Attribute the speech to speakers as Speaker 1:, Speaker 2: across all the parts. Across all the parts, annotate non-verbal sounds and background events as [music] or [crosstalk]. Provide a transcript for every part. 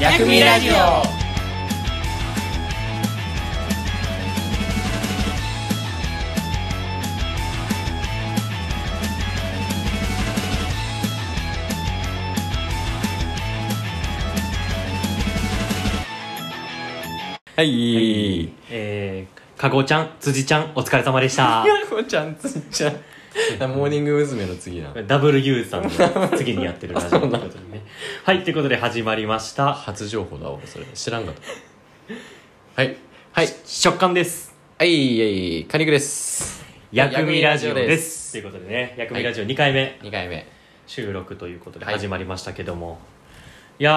Speaker 1: 薬味ラジオ
Speaker 2: はい。
Speaker 1: えー、かごちゃん辻ちゃんお疲れ様でし
Speaker 2: [laughs]
Speaker 1: た
Speaker 2: あこちゃん、つんちゃん。モーニング娘。の次な。
Speaker 1: ダブルユーさんの次にやってるラジオという
Speaker 2: [laughs]
Speaker 1: ことでねはいということで始まりました
Speaker 2: 初情報だわ、それ。知らんかった。はい。はい。
Speaker 1: 食感です
Speaker 2: はい、はい、カニクです。
Speaker 1: 薬味ラジオで
Speaker 2: 薬味ラジオですす
Speaker 1: ということでね薬味ラジオ2回目
Speaker 2: 2回目。
Speaker 1: 収録ということで
Speaker 2: はい
Speaker 1: 始まりましたけども、い、や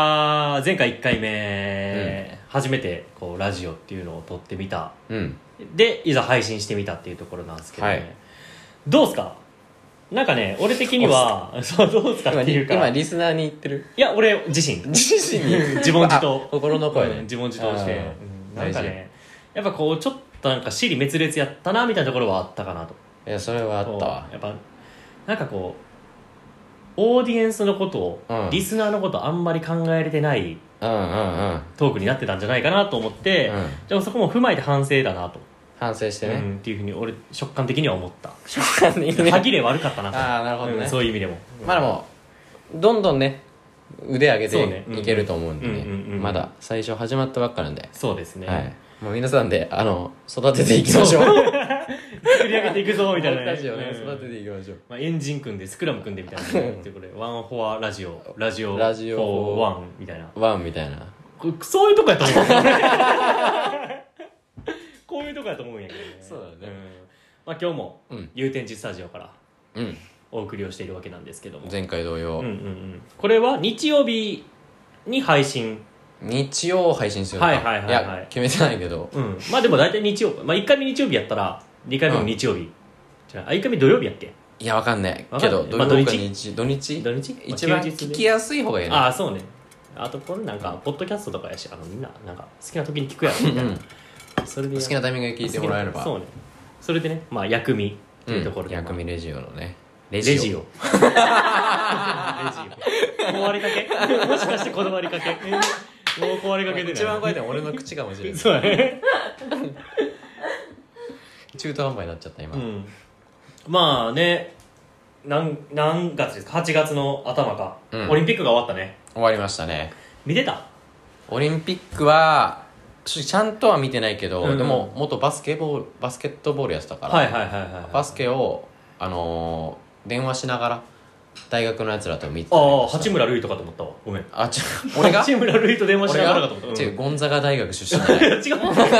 Speaker 1: ー前回1回目、初めてこうラジオっていうのを撮ってみた
Speaker 2: うん。
Speaker 1: でいざ配信してみたっていうところなんですけどね、
Speaker 2: はい
Speaker 1: どうすかなんかね俺的には [laughs] そうどうすか
Speaker 2: 今、
Speaker 1: って
Speaker 2: リ
Speaker 1: いうか
Speaker 2: 今
Speaker 1: い
Speaker 2: リスナーに言ってる。
Speaker 1: や俺自身
Speaker 2: [laughs] 自身に
Speaker 1: 自問自答
Speaker 2: あ心の声
Speaker 1: うん
Speaker 2: ね。
Speaker 1: 自問自答して
Speaker 2: あー
Speaker 1: うんなん
Speaker 2: 大
Speaker 1: か
Speaker 2: 事。
Speaker 1: ねやっぱこうちょっとなんか尻滅裂やったなみたいなところはあったかなと
Speaker 2: いや、それはあったわ
Speaker 1: こう。やっぱなんかこうオーディエンスのことを、
Speaker 2: うん
Speaker 1: リスナーのことあんまり考えれてない
Speaker 2: うんうんうん。
Speaker 1: トークになってたんじゃないかなと思って、
Speaker 2: うん
Speaker 1: でもそこも踏まえて反省だなと、
Speaker 2: 反省して [laughs]
Speaker 1: う
Speaker 2: ね。
Speaker 1: んっていうふうに俺食感的には思った
Speaker 2: 食感にね
Speaker 1: 歯切れ悪かったなと
Speaker 2: [laughs] あーなるほどね
Speaker 1: うんそういう意味でも
Speaker 2: まあでもどんどんね腕上げ
Speaker 1: そうねうん
Speaker 2: ていけると思うんでね
Speaker 1: うんうんうん
Speaker 2: まだ最初始まったばっかなんで、
Speaker 1: そうですね、 [laughs]
Speaker 2: はい、もう皆さんであの育てていきましょう
Speaker 1: 作り上げていくぞみたいな、
Speaker 2: ラジオね
Speaker 1: うん
Speaker 2: 育てていきましょう
Speaker 1: まあ、エンジン組んでスクラム組んでみたいな、ね、
Speaker 2: [laughs]
Speaker 1: でこれワンフォアラジオラジオ
Speaker 2: ラジオ
Speaker 1: フォーワンみたいな
Speaker 2: ワンみたいな
Speaker 1: こそういうとこやと思う
Speaker 2: [laughs]
Speaker 1: こういうとこやと思うんやけどね
Speaker 2: そうだよね
Speaker 1: んまあ、今日も
Speaker 2: うん
Speaker 1: 祐天寺スタジオから
Speaker 2: うん
Speaker 1: お送りをしているわけなんですけども、
Speaker 2: 前回同様、
Speaker 1: うんうんうん、これは日曜日に配信、
Speaker 2: 日曜配信するのか
Speaker 1: はいはいはいはい
Speaker 2: や決めてないけど
Speaker 1: うん、まあでも大体日曜まあ、1回目日曜日やったら2回目も日曜日、じゃあ1回目土曜日やっけ
Speaker 2: いやわかんない
Speaker 1: わか
Speaker 2: け
Speaker 1: んない
Speaker 2: ど
Speaker 1: まあ
Speaker 2: 土曜か
Speaker 1: 土日
Speaker 2: 日土日
Speaker 1: 土日
Speaker 2: 一
Speaker 1: まあ
Speaker 2: 番
Speaker 1: 休日で
Speaker 2: 聞きやすい方がいいね
Speaker 1: ああそうねあとこれなんかポッドキャストとかやしあのみんななんか好きな時に聞
Speaker 2: [laughs]
Speaker 1: くやろみたいな、それで
Speaker 2: 好きなタイミングで聞いてもらえれば
Speaker 1: そうねそれでねまあ薬味っていうところ
Speaker 2: ん、
Speaker 1: で、
Speaker 2: 薬味レジオのねレ
Speaker 1: レジオレジオ壊れか
Speaker 2: [laughs]
Speaker 1: けもしかしてこだわりかけもう壊れかけで
Speaker 2: 一番怖い
Speaker 1: い
Speaker 2: のは俺の口かもし
Speaker 1: [laughs]
Speaker 2: れない
Speaker 1: そうだね
Speaker 2: 中途半端になっちゃった今、
Speaker 1: うんまあねなん何月ですか8月の頭か、
Speaker 2: うん
Speaker 1: オリンピックが終わったね
Speaker 2: 終わりましたね
Speaker 1: 見てた
Speaker 2: オリンピックはちょちゃんとは見てないけど、
Speaker 1: うん
Speaker 2: でも元バスケボールバスケットボールやってたから、
Speaker 1: はいはいはいはい
Speaker 2: バスケを、あのー電話しながら大学のやつらと見てたり
Speaker 1: ああ
Speaker 2: ました
Speaker 1: 八村塁とかと思ったわごめん
Speaker 2: あちょ俺が
Speaker 1: 八村塁と電話し
Speaker 2: 俺
Speaker 1: ながら
Speaker 2: が
Speaker 1: かと思った
Speaker 2: 違
Speaker 1: うん
Speaker 2: うゴンザガ大学出身じゃない
Speaker 1: [laughs] 違う
Speaker 2: 違う違う違う
Speaker 1: ゴンザ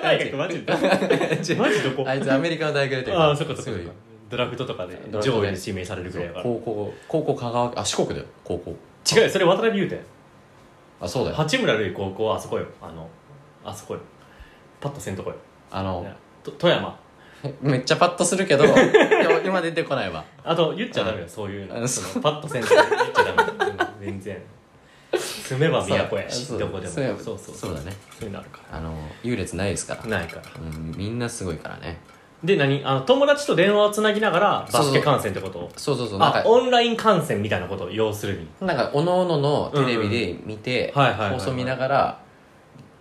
Speaker 1: ガ大学マジでマジどこ
Speaker 2: あいつアメリカの大学出てる
Speaker 1: ああそっかそ
Speaker 2: す
Speaker 1: っかそっ
Speaker 2: ごい
Speaker 1: かドラフトとかで
Speaker 2: ドラフト
Speaker 1: 上
Speaker 2: で
Speaker 1: 位に指名されるぐらいだから
Speaker 2: 高校高校香川県あ四国だよ高校
Speaker 1: 違うよそれ渡辺裕太よ
Speaker 2: あそうだよ
Speaker 1: 八村塁高校はあそこよあのあそこよパッとせんとこよ
Speaker 2: あの
Speaker 1: と富山
Speaker 2: [laughs] めっちゃパッとするけどでも今出てこないわ
Speaker 1: あと言っちゃダメよそういうの
Speaker 2: あ
Speaker 1: そ
Speaker 2: そう
Speaker 1: のパッとせんとこ言っちゃダメようん全然住めば都やし
Speaker 2: そう
Speaker 1: どこでも
Speaker 2: そう
Speaker 1: そうそう
Speaker 2: そうだね
Speaker 1: そういうのあるか
Speaker 2: あの優劣ないですから
Speaker 1: らないから
Speaker 2: うん、みんなすごいからね
Speaker 1: で何あの友達と電話をつなぎながらバスケ観戦ってこと
Speaker 2: そうそうそうなん
Speaker 1: あ
Speaker 2: か
Speaker 1: オンライン観戦みたいなこと要するに
Speaker 2: なんかおのおののテレビで見て
Speaker 1: うんうんはいはいはいはい
Speaker 2: 放送見ながら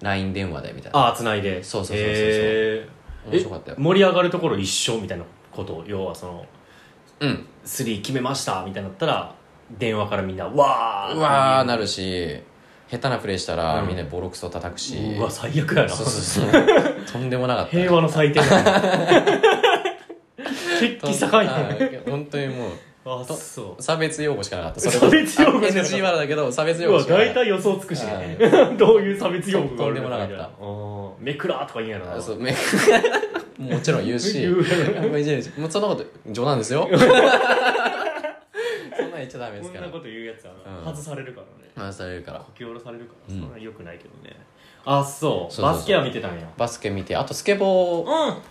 Speaker 2: LINE 電話でみたいな
Speaker 1: ああつないで
Speaker 2: そうそうそうそうそう
Speaker 1: へー
Speaker 2: 面白かったよ
Speaker 1: え盛り上がるところ一緒みたいなこと要はその
Speaker 2: うん
Speaker 1: 3決めましたみたいになったら電話からみんなわー
Speaker 2: うわー
Speaker 1: な
Speaker 2: なるし下手なプレーしたら
Speaker 1: うん
Speaker 2: みんなボロクソ叩くし、
Speaker 1: うわ最悪やな
Speaker 2: そうそう
Speaker 1: [laughs]
Speaker 2: そうとんでもなかった
Speaker 1: 平和の祭典や
Speaker 2: [laughs]
Speaker 1: な血気盛んね
Speaker 2: い本当にもう
Speaker 1: あそ
Speaker 2: 差別用語しかなかった
Speaker 1: [laughs] 差別用語しかなかった
Speaker 2: NG ワードだけど差別
Speaker 1: う
Speaker 2: 用
Speaker 1: う
Speaker 2: 語
Speaker 1: わ
Speaker 2: しかな
Speaker 1: 大
Speaker 2: かっ
Speaker 1: 体予想つくしね [laughs] どういう差別用語がある
Speaker 2: とんでもなかった
Speaker 1: あーめくらーとか言うんやろな
Speaker 2: たそうめ [laughs] もちろん言うし
Speaker 1: 言う
Speaker 2: もういじるしもうそんなこと冗談
Speaker 1: [laughs]
Speaker 2: ですよそんなん言っちゃダメで
Speaker 1: こ
Speaker 2: す
Speaker 1: ん
Speaker 2: か
Speaker 1: な
Speaker 2: ら
Speaker 1: こと言うやつはな
Speaker 2: うん
Speaker 1: 外されるからね
Speaker 2: 話されるから
Speaker 1: こき下ろされるから
Speaker 2: う
Speaker 1: そ
Speaker 2: ん
Speaker 1: んなよくないけどねあそう
Speaker 2: そうそうそう
Speaker 1: バスケは見てたんや
Speaker 2: バスケ見てあとスケボー
Speaker 1: うん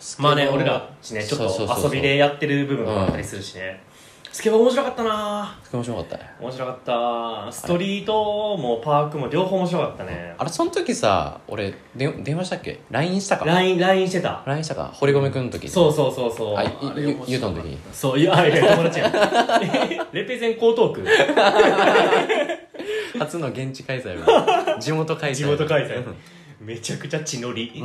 Speaker 2: スケボ
Speaker 1: ま
Speaker 2: ー
Speaker 1: あね俺らちねちょ
Speaker 2: そうそうそう
Speaker 1: っと
Speaker 2: そう
Speaker 1: 遊びでやってる部分があったりするしねスケボー面白かったな
Speaker 2: 面白かったね
Speaker 1: 面白かったストリートもパークも両方面白かったね
Speaker 2: あれその時さ俺で電話したっけ LINE したか
Speaker 1: LINE LINE してた
Speaker 2: LINE したか堀米くんの時
Speaker 1: そうそうそうそう
Speaker 2: あい
Speaker 1: あれ
Speaker 2: ゆ
Speaker 1: 面
Speaker 2: ゆ
Speaker 1: 白
Speaker 2: う
Speaker 1: か
Speaker 2: たの
Speaker 1: った
Speaker 2: 時
Speaker 1: [laughs] そういやいや友達やんレペゼン江東区
Speaker 2: 初の現地開催
Speaker 1: [laughs]
Speaker 2: は地元開催
Speaker 1: 地元開催めちゃくちゃ血のり [laughs]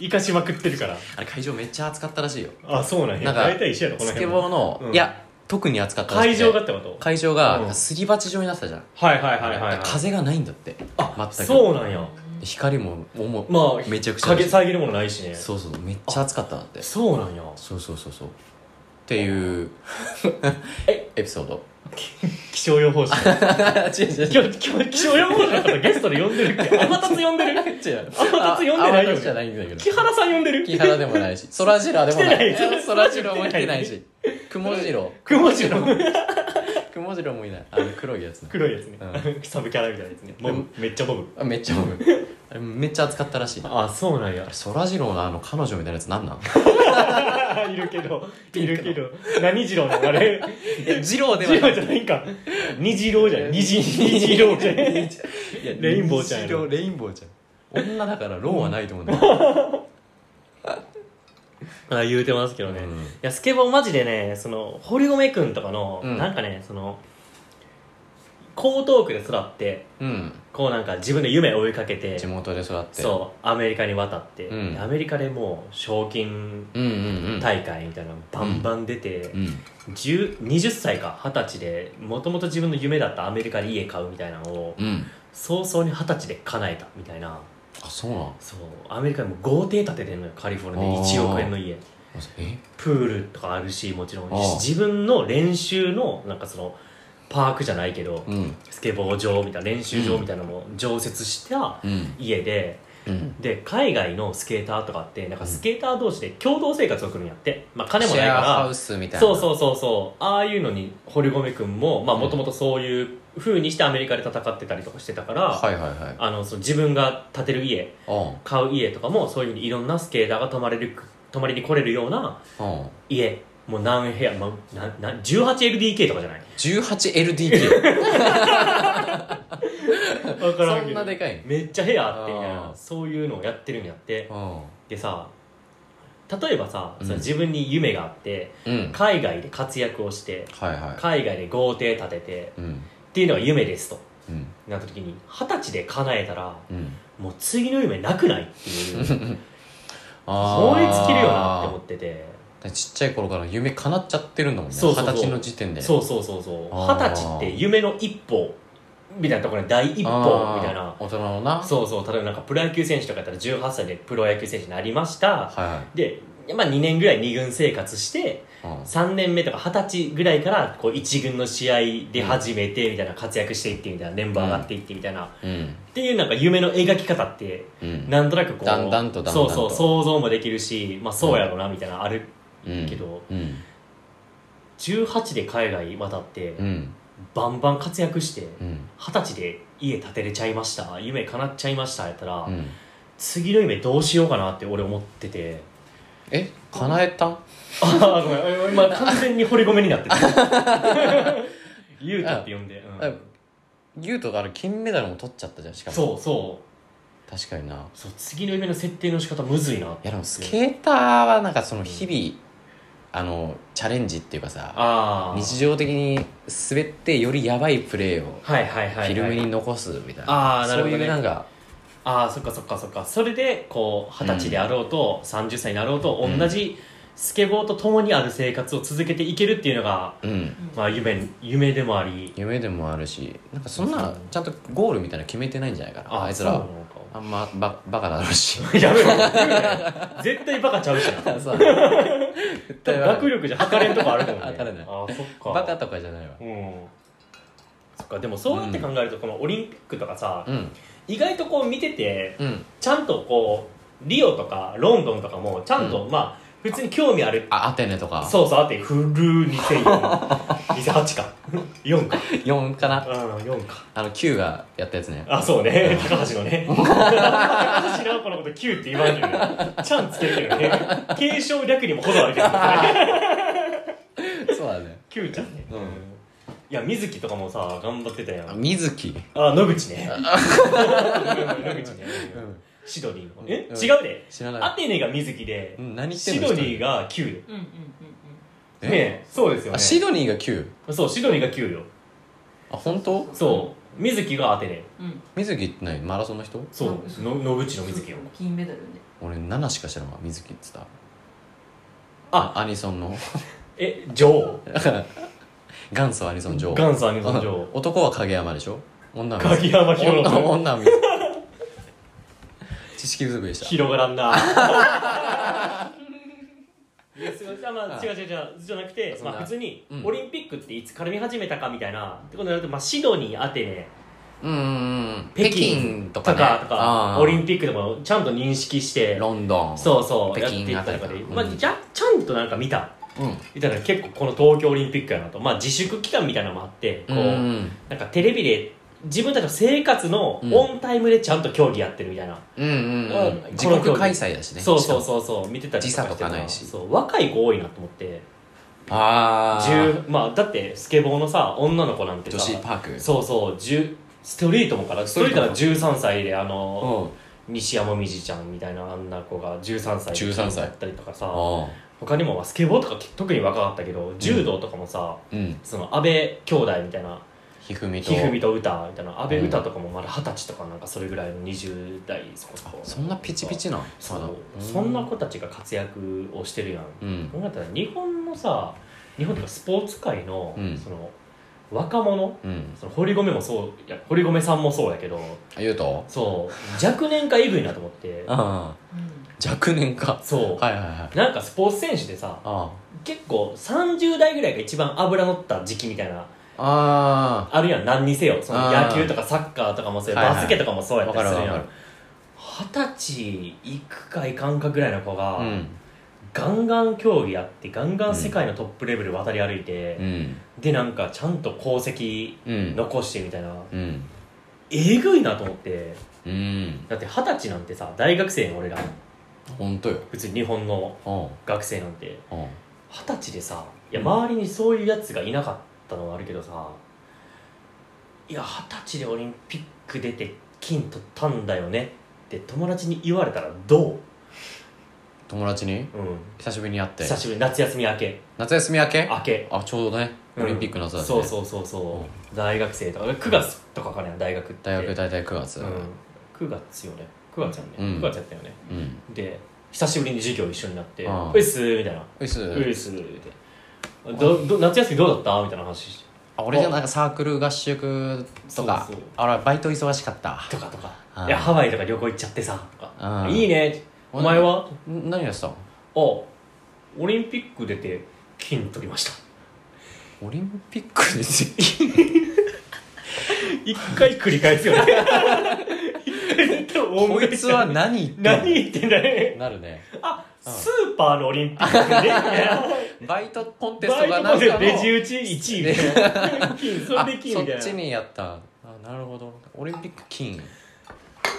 Speaker 1: 生かしまくってるから
Speaker 2: あれ会場めっちゃ暑かったらしいよ
Speaker 1: あそうなん
Speaker 2: な
Speaker 1: や
Speaker 2: んか
Speaker 1: 大体一緒やろこの
Speaker 2: ス
Speaker 1: 辺
Speaker 2: ケ
Speaker 1: も
Speaker 2: ボーの、
Speaker 1: うん
Speaker 2: いや特に暑かったらし
Speaker 1: 会
Speaker 2: くて
Speaker 1: 場がってこと
Speaker 2: 会場が、
Speaker 1: うん
Speaker 2: すり鉢状になってたじゃん、
Speaker 1: はいはいはいは
Speaker 2: だ
Speaker 1: い、
Speaker 2: から風がないんだって
Speaker 1: あ
Speaker 2: 全く
Speaker 1: そうなんや
Speaker 2: 光ももう、
Speaker 1: まあ
Speaker 2: めちゃくちゃ
Speaker 1: 影遮るものないしね
Speaker 2: そうそうめっちゃ暑かったんだって
Speaker 1: そうなんや
Speaker 2: そうそうそうそうっていう
Speaker 1: え
Speaker 2: [laughs] エピソード
Speaker 1: 気象予
Speaker 2: [laughs]
Speaker 1: 報士
Speaker 2: 違う違う
Speaker 1: 今日今日気象予報士の方ゲストで呼んでるっけ天達呼んで
Speaker 2: [laughs]
Speaker 1: る
Speaker 2: 違う
Speaker 1: あまたつ呼んでな
Speaker 2: あ
Speaker 1: いよね
Speaker 2: またつじゃないんだけど
Speaker 1: 木原さん呼んでる
Speaker 2: 木原でもないしそらジローでもない
Speaker 1: 来てない
Speaker 2: そらジローも来てないし雲次郎
Speaker 1: 雲次郎
Speaker 2: [laughs] 雲次郎もいないあの黒いやつね
Speaker 1: 黒いやつね、
Speaker 2: う
Speaker 1: サブキャラみたいなやつねボブめっちゃボブ
Speaker 2: あめっちゃ僕あれめっちゃ暑かったらしいな
Speaker 1: あそうなんや
Speaker 2: そらジローのあの彼女みたいなやつなんなん
Speaker 1: [laughs] いるけどいるけど何次郎なのあれ
Speaker 2: いやジローで
Speaker 1: 次
Speaker 2: はない
Speaker 1: 郎じゃないんか二次郎じゃない二次二次郎じゃない
Speaker 2: いや
Speaker 1: [laughs] レインボーちゃんやろ
Speaker 2: 虹色レインボーちゃん女だからローはないと思うんだよ
Speaker 1: あ言うてますけどね、
Speaker 2: うん
Speaker 1: いやスケボーマジでねその堀米くんとかの、
Speaker 2: うん
Speaker 1: なんかねその江東区で育って
Speaker 2: うん
Speaker 1: こうなんか自分の夢を追いかけて
Speaker 2: 地元で育って
Speaker 1: そうアメリカに渡って、
Speaker 2: うん
Speaker 1: アメリカでもう賞金
Speaker 2: うんうんうん
Speaker 1: 大会みたいなのバンバン出て、
Speaker 2: うん
Speaker 1: 10 20歳か20歳でもともと自分の夢だったアメリカで家買うみたいなのを
Speaker 2: うん
Speaker 1: 早々に20歳で叶えたみたいな
Speaker 2: あそうなん
Speaker 1: そうアメリカでも豪邸建ててんのよカリフォルニアで1億円の家
Speaker 2: え
Speaker 1: プールとかあるしもちろん
Speaker 2: あー
Speaker 1: 自分の練習のなんかそのパークじゃないけど、
Speaker 2: うん
Speaker 1: スケボー場みたいな練習場みたいなのも常設した
Speaker 2: うん
Speaker 1: 家で、
Speaker 2: うん
Speaker 1: で海外のスケーターとかってなんかスケーター同士で共同生活を送るんやって、まあ、金もな
Speaker 2: シ
Speaker 1: い
Speaker 2: ェ
Speaker 1: か
Speaker 2: アハ
Speaker 1: ら
Speaker 2: ウスみたいな
Speaker 1: そうそうそうそうああいうのに堀米君ももともとそういう風にしてアメリカで戦ってたりとかしてたから、
Speaker 2: はいはいはい
Speaker 1: あのその自分が建てる家
Speaker 2: う
Speaker 1: 買う家とかもそういう風にいろんなスケーターが泊まれる泊まりに来れるようなん
Speaker 2: うん
Speaker 1: 家もう何部屋、まあ、なな 18LDK とかじゃない [laughs]
Speaker 2: 18LDK からん
Speaker 1: 分
Speaker 2: けどそんなでかい
Speaker 1: めっちゃ部屋あってみたい
Speaker 2: あ
Speaker 1: な
Speaker 2: ー
Speaker 1: そういうのをやってるんやって
Speaker 2: うん
Speaker 1: でさ例えばさ、
Speaker 2: うん
Speaker 1: その自分に夢があって
Speaker 2: うん
Speaker 1: 海外で活躍をして
Speaker 2: はいは
Speaker 1: 海外で豪邸建てて
Speaker 2: いうん
Speaker 1: っていうのが夢ですと
Speaker 2: うん
Speaker 1: なった時に二十歳で叶えたら
Speaker 2: うん
Speaker 1: もう次の夢なくないっていう
Speaker 2: [laughs] あ
Speaker 1: 燃え
Speaker 2: ー
Speaker 1: 尽きるよなって思ってて
Speaker 2: だからちっちゃい頃から夢叶っちゃってるんだもんね
Speaker 1: そうそうそう
Speaker 2: 二十歳の時点で
Speaker 1: そうそうそうそう
Speaker 2: あ
Speaker 1: 二
Speaker 2: ー
Speaker 1: 十歳って夢の一歩みたいなところに第一歩
Speaker 2: あー
Speaker 1: みたいな
Speaker 2: 大人のな
Speaker 1: そうそう例えばなんかプロ野球選手とかやったら18歳でプロ野球選手になりました
Speaker 2: はいはい
Speaker 1: で、まあ、2年ぐらい2軍生活して
Speaker 2: うん
Speaker 1: 3年目とか20歳ぐらいからこう1軍の試合で始めてみたいな活躍していってみたいなメンバー上がっていってみたいな、っ
Speaker 2: うん
Speaker 1: ていうなんか夢の描き方って
Speaker 2: うん
Speaker 1: なんとなくこう
Speaker 2: だんだんとだんだんと
Speaker 1: そうそう想像もできるし、まあ、そうやろうなみたいなのある
Speaker 2: うん
Speaker 1: けど、
Speaker 2: うん
Speaker 1: 18で海外渡って
Speaker 2: うん
Speaker 1: バンバン活躍して
Speaker 2: うん
Speaker 1: 二十歳で家建てれちゃいました夢叶っちゃいましたやったら、
Speaker 2: うん
Speaker 1: 次の夢どうしようかなって俺思ってて
Speaker 2: え叶えた
Speaker 1: ああごめん俺今完全に掘り込めになってた
Speaker 2: [laughs]
Speaker 1: ゆうたって呼んで、うん
Speaker 2: あ優斗があれ金メダルも取っちゃったじゃんしかも
Speaker 1: そうそう
Speaker 2: 確かにない
Speaker 1: そう次の夢の設定の仕方むずいなって
Speaker 2: やでもスケーターはなんかその日々あのチャレンジっていうかさ
Speaker 1: ああ
Speaker 2: 日常的に滑ってよりやばいプレーを
Speaker 1: はいはいはい、
Speaker 2: フ
Speaker 1: はい、
Speaker 2: ィルムに残すみたい
Speaker 1: あ
Speaker 2: な
Speaker 1: ーなる
Speaker 2: そ
Speaker 1: ほ
Speaker 2: う
Speaker 1: どね
Speaker 2: いうなんか
Speaker 1: ああそっかそっかそっかそれでこう二十歳であろうと、30歳になろうと
Speaker 2: うん
Speaker 1: 同じスケボーと共にある生活を続けていけるっていうのが、
Speaker 2: うん
Speaker 1: まあ、夢夢でもあり
Speaker 2: 夢でもあるしなんかそんなちゃんとゴールみたいなの決めてないんじゃないかなあいつ
Speaker 1: そう
Speaker 2: ら
Speaker 1: なのか
Speaker 2: あんまババカだろう
Speaker 1: [laughs]
Speaker 2: し
Speaker 1: やめろ言うなよ絶対バカちゃうしな
Speaker 2: そう絶
Speaker 1: 多
Speaker 2: 対
Speaker 1: 分
Speaker 2: バカ
Speaker 1: 学力じゃ測れんとこあるもんね
Speaker 2: [laughs] 測れない
Speaker 1: あそっか
Speaker 2: バカとかじゃないわ
Speaker 1: うんそっかでもそうやって考えると、このオリンピックとかさ、
Speaker 2: うん
Speaker 1: 意外とこう見てて
Speaker 2: うん
Speaker 1: ちゃんとこうリオとかロンドンとかもちゃんと、まあ普通に興味ある
Speaker 2: あアテネとか
Speaker 1: そうそうあってフル20042008 [laughs] か4か
Speaker 2: 4かな
Speaker 1: うん4か
Speaker 2: あの Q がやったやつね
Speaker 1: あそうね高橋のね高橋直子のこと9って言わんけどねちゃんつけるけどね継承略にもこだわりてるけどね
Speaker 2: そうだね
Speaker 1: キューちゃんね、
Speaker 2: うん
Speaker 1: いや水木とかもさ頑張ってたや
Speaker 2: あ
Speaker 1: ん
Speaker 2: 水木
Speaker 1: あ野口ね野口ね、
Speaker 2: うん
Speaker 1: シドニーの
Speaker 2: うん
Speaker 1: え、
Speaker 2: うん
Speaker 1: 違うで
Speaker 2: 知ら
Speaker 1: ア
Speaker 2: な
Speaker 1: テネが水木で
Speaker 2: い、うん何言って
Speaker 1: シ
Speaker 2: んの
Speaker 1: ドニーがキューよ
Speaker 3: うんうんう
Speaker 2: 一人
Speaker 3: んうん
Speaker 1: ねえそうですよ
Speaker 2: あシ
Speaker 1: ね
Speaker 2: ドニーが Q
Speaker 1: そうシドニーがキューよ
Speaker 2: あ本当
Speaker 1: そう水木がアテネ
Speaker 3: うん
Speaker 2: 水木って何マラソンの人
Speaker 1: そうの野口の水木よ
Speaker 3: 金メダルね
Speaker 2: 俺7しか知らんわ水木って言ってた
Speaker 1: あ
Speaker 2: アニソンの
Speaker 1: え女王
Speaker 2: 元祖アニソン女王
Speaker 1: 元祖アニソン女王
Speaker 2: 男は影山でしょ女は
Speaker 1: 鍵山
Speaker 2: 水木
Speaker 1: 広
Speaker 2: 女
Speaker 1: が
Speaker 2: 女は水 [laughs] 木知識不足でした
Speaker 1: 広がらんな
Speaker 2: [laughs]
Speaker 1: いやすいませんあまあ、
Speaker 2: はい
Speaker 1: 違う違う違うじゃなくて、
Speaker 2: そん
Speaker 1: ま
Speaker 2: な
Speaker 1: あ、普通に
Speaker 2: うん
Speaker 1: オリンピックっていつ絡み始めたかみたいなってことになると、まあ、シドニーアテネ
Speaker 2: うんうんうん
Speaker 1: 北
Speaker 2: 北
Speaker 1: 京
Speaker 2: 京と
Speaker 1: と
Speaker 2: か
Speaker 1: か
Speaker 2: ね
Speaker 1: とか,、オリン
Speaker 2: ピ
Speaker 1: ピックでもちゃんと認識して
Speaker 2: ロンドン
Speaker 1: そうそうや
Speaker 2: 北
Speaker 1: っ
Speaker 2: 京
Speaker 1: ていった中で、
Speaker 2: あたりか
Speaker 1: まあ、
Speaker 2: うん
Speaker 1: じゃちゃんとなんか見た
Speaker 2: う、うん、
Speaker 1: みたいな結構この東京オリンピックやなと、まあ、自粛期間みたいなのもあってこう、
Speaker 2: うん
Speaker 1: なんかテレビで自分たちの生活の
Speaker 2: うん
Speaker 1: オンタイムでちゃんと競技やってるみたいな、
Speaker 2: うんうんうん
Speaker 1: うん
Speaker 2: 自国開催だしね
Speaker 1: そうそうそうそう見てたり
Speaker 2: 時差と
Speaker 1: して
Speaker 2: か
Speaker 1: た
Speaker 2: ないし
Speaker 1: そう若い子多いなと思って
Speaker 2: ああ
Speaker 1: 10まあだってスケボーのさ女の子なんて
Speaker 2: 女
Speaker 1: さ
Speaker 2: 子パーク
Speaker 1: そうそう10ストリートもからストリートが13歳であの
Speaker 2: うん
Speaker 1: 西山美智ちゃんみたいなあんな子が13歳で
Speaker 2: 13歳
Speaker 1: だったりとかさ
Speaker 2: あ
Speaker 1: 他にもまあスケボーとか特に若かったけど柔道とかもさ、
Speaker 2: ーうん
Speaker 1: その安倍兄弟みたいな
Speaker 2: ひふみと
Speaker 1: ひふみと歌みたいな安倍歌とかもまだ二十歳とかなんかそれぐらいの20代そこそ
Speaker 2: あ
Speaker 1: こ
Speaker 2: そんなピチピチなん
Speaker 1: そう
Speaker 2: まだ
Speaker 1: そんな子たちが活躍をしてるやん
Speaker 2: うん
Speaker 1: 考えたら日本のさ日本とかスポーツ界の,、
Speaker 2: うん
Speaker 1: その若者
Speaker 2: うん
Speaker 1: その堀米もそういや堀米さんもそうやけど
Speaker 2: あ言うと
Speaker 1: そう若年化エグいなと思って
Speaker 2: ああ
Speaker 3: うん
Speaker 2: 若年か
Speaker 1: そう、
Speaker 2: はいはいはい
Speaker 1: なんかスポーツ選手でさ
Speaker 2: あ
Speaker 1: 結構30代ぐらいが一番脂乗った時期みたいな
Speaker 2: ああ
Speaker 1: あるやん何にせよその
Speaker 2: あー
Speaker 1: 野球とかサッカーとかもそうや、
Speaker 2: はいはい
Speaker 1: バスケとかもそう
Speaker 2: あ
Speaker 1: やっ
Speaker 2: わ
Speaker 1: た
Speaker 2: か
Speaker 1: り
Speaker 2: る
Speaker 1: す
Speaker 2: わ
Speaker 1: るや
Speaker 2: か
Speaker 1: ん二十歳行くか行かんかぐらいの子が、
Speaker 2: るうん
Speaker 1: ガンガン競技やってガンガン世界のトップレベル渡り歩いて
Speaker 2: う、ん
Speaker 1: でなんかちゃんと功績
Speaker 2: うん
Speaker 1: 残してみたいな、
Speaker 2: うん
Speaker 1: えぐいなと思って
Speaker 2: うん
Speaker 1: だって二十歳なんてさ大学生の俺ら
Speaker 2: 本当よ
Speaker 1: 普通に日本の
Speaker 2: うん
Speaker 1: 学生なんて
Speaker 2: うん
Speaker 1: 二十歳でさいや周りにそういうやつがいなかったのはあるけどさいや二十歳でオリンピック出て金取ったんだよねって友達に言われたらど
Speaker 2: 友達に
Speaker 1: う、うん、
Speaker 2: 久しぶりに会って
Speaker 1: 久しぶり夏休み明け
Speaker 2: 夏休み明け
Speaker 1: 明け
Speaker 2: あちょうどね
Speaker 1: うん
Speaker 2: オリンピックの夏だね
Speaker 1: そうそうそうそう大学生とか9月とかかね大学って
Speaker 2: 大学大体9月
Speaker 1: うん、9月よね9月やんね、
Speaker 2: うん
Speaker 1: 9月やったよね
Speaker 2: うん
Speaker 1: で久しぶりに授業一緒になって「
Speaker 2: うん
Speaker 1: ウイス」みたいな
Speaker 2: ういっす
Speaker 1: 「ウイス」ってどど夏休みどうだったみたいな話して
Speaker 2: あ俺じゃなんかサークル合宿とか
Speaker 1: そうそう
Speaker 2: あらバイト忙しか
Speaker 1: [laughs]
Speaker 2: った
Speaker 1: とかとか
Speaker 2: う
Speaker 1: 「
Speaker 2: ん
Speaker 1: いやハワイとか旅行行っちゃってさ」とか
Speaker 2: う
Speaker 1: 「
Speaker 2: ん
Speaker 1: いいねお前は?
Speaker 2: ん何やってたの」
Speaker 1: あオリンピック出て金取りま
Speaker 2: [laughs]
Speaker 1: した」
Speaker 2: オリンピックで実
Speaker 1: 一回繰り返
Speaker 2: [laughs]
Speaker 1: すよね一回絶対大
Speaker 2: こ
Speaker 1: 昔
Speaker 2: いつは何言ってんの
Speaker 1: 何言ってんだね
Speaker 2: なるね
Speaker 1: あ
Speaker 2: うん
Speaker 1: スーパーのオリンピックね
Speaker 2: バイトコン [laughs] テス
Speaker 1: バ
Speaker 2: ト
Speaker 1: イ
Speaker 2: が
Speaker 1: ト
Speaker 2: な
Speaker 1: ま
Speaker 2: んか
Speaker 1: で
Speaker 2: の
Speaker 1: レジ打ち1位みたいな金そ
Speaker 2: あ
Speaker 1: れで金みた
Speaker 2: そっち
Speaker 1: いな
Speaker 2: にやったあなるほどオリンピック金へ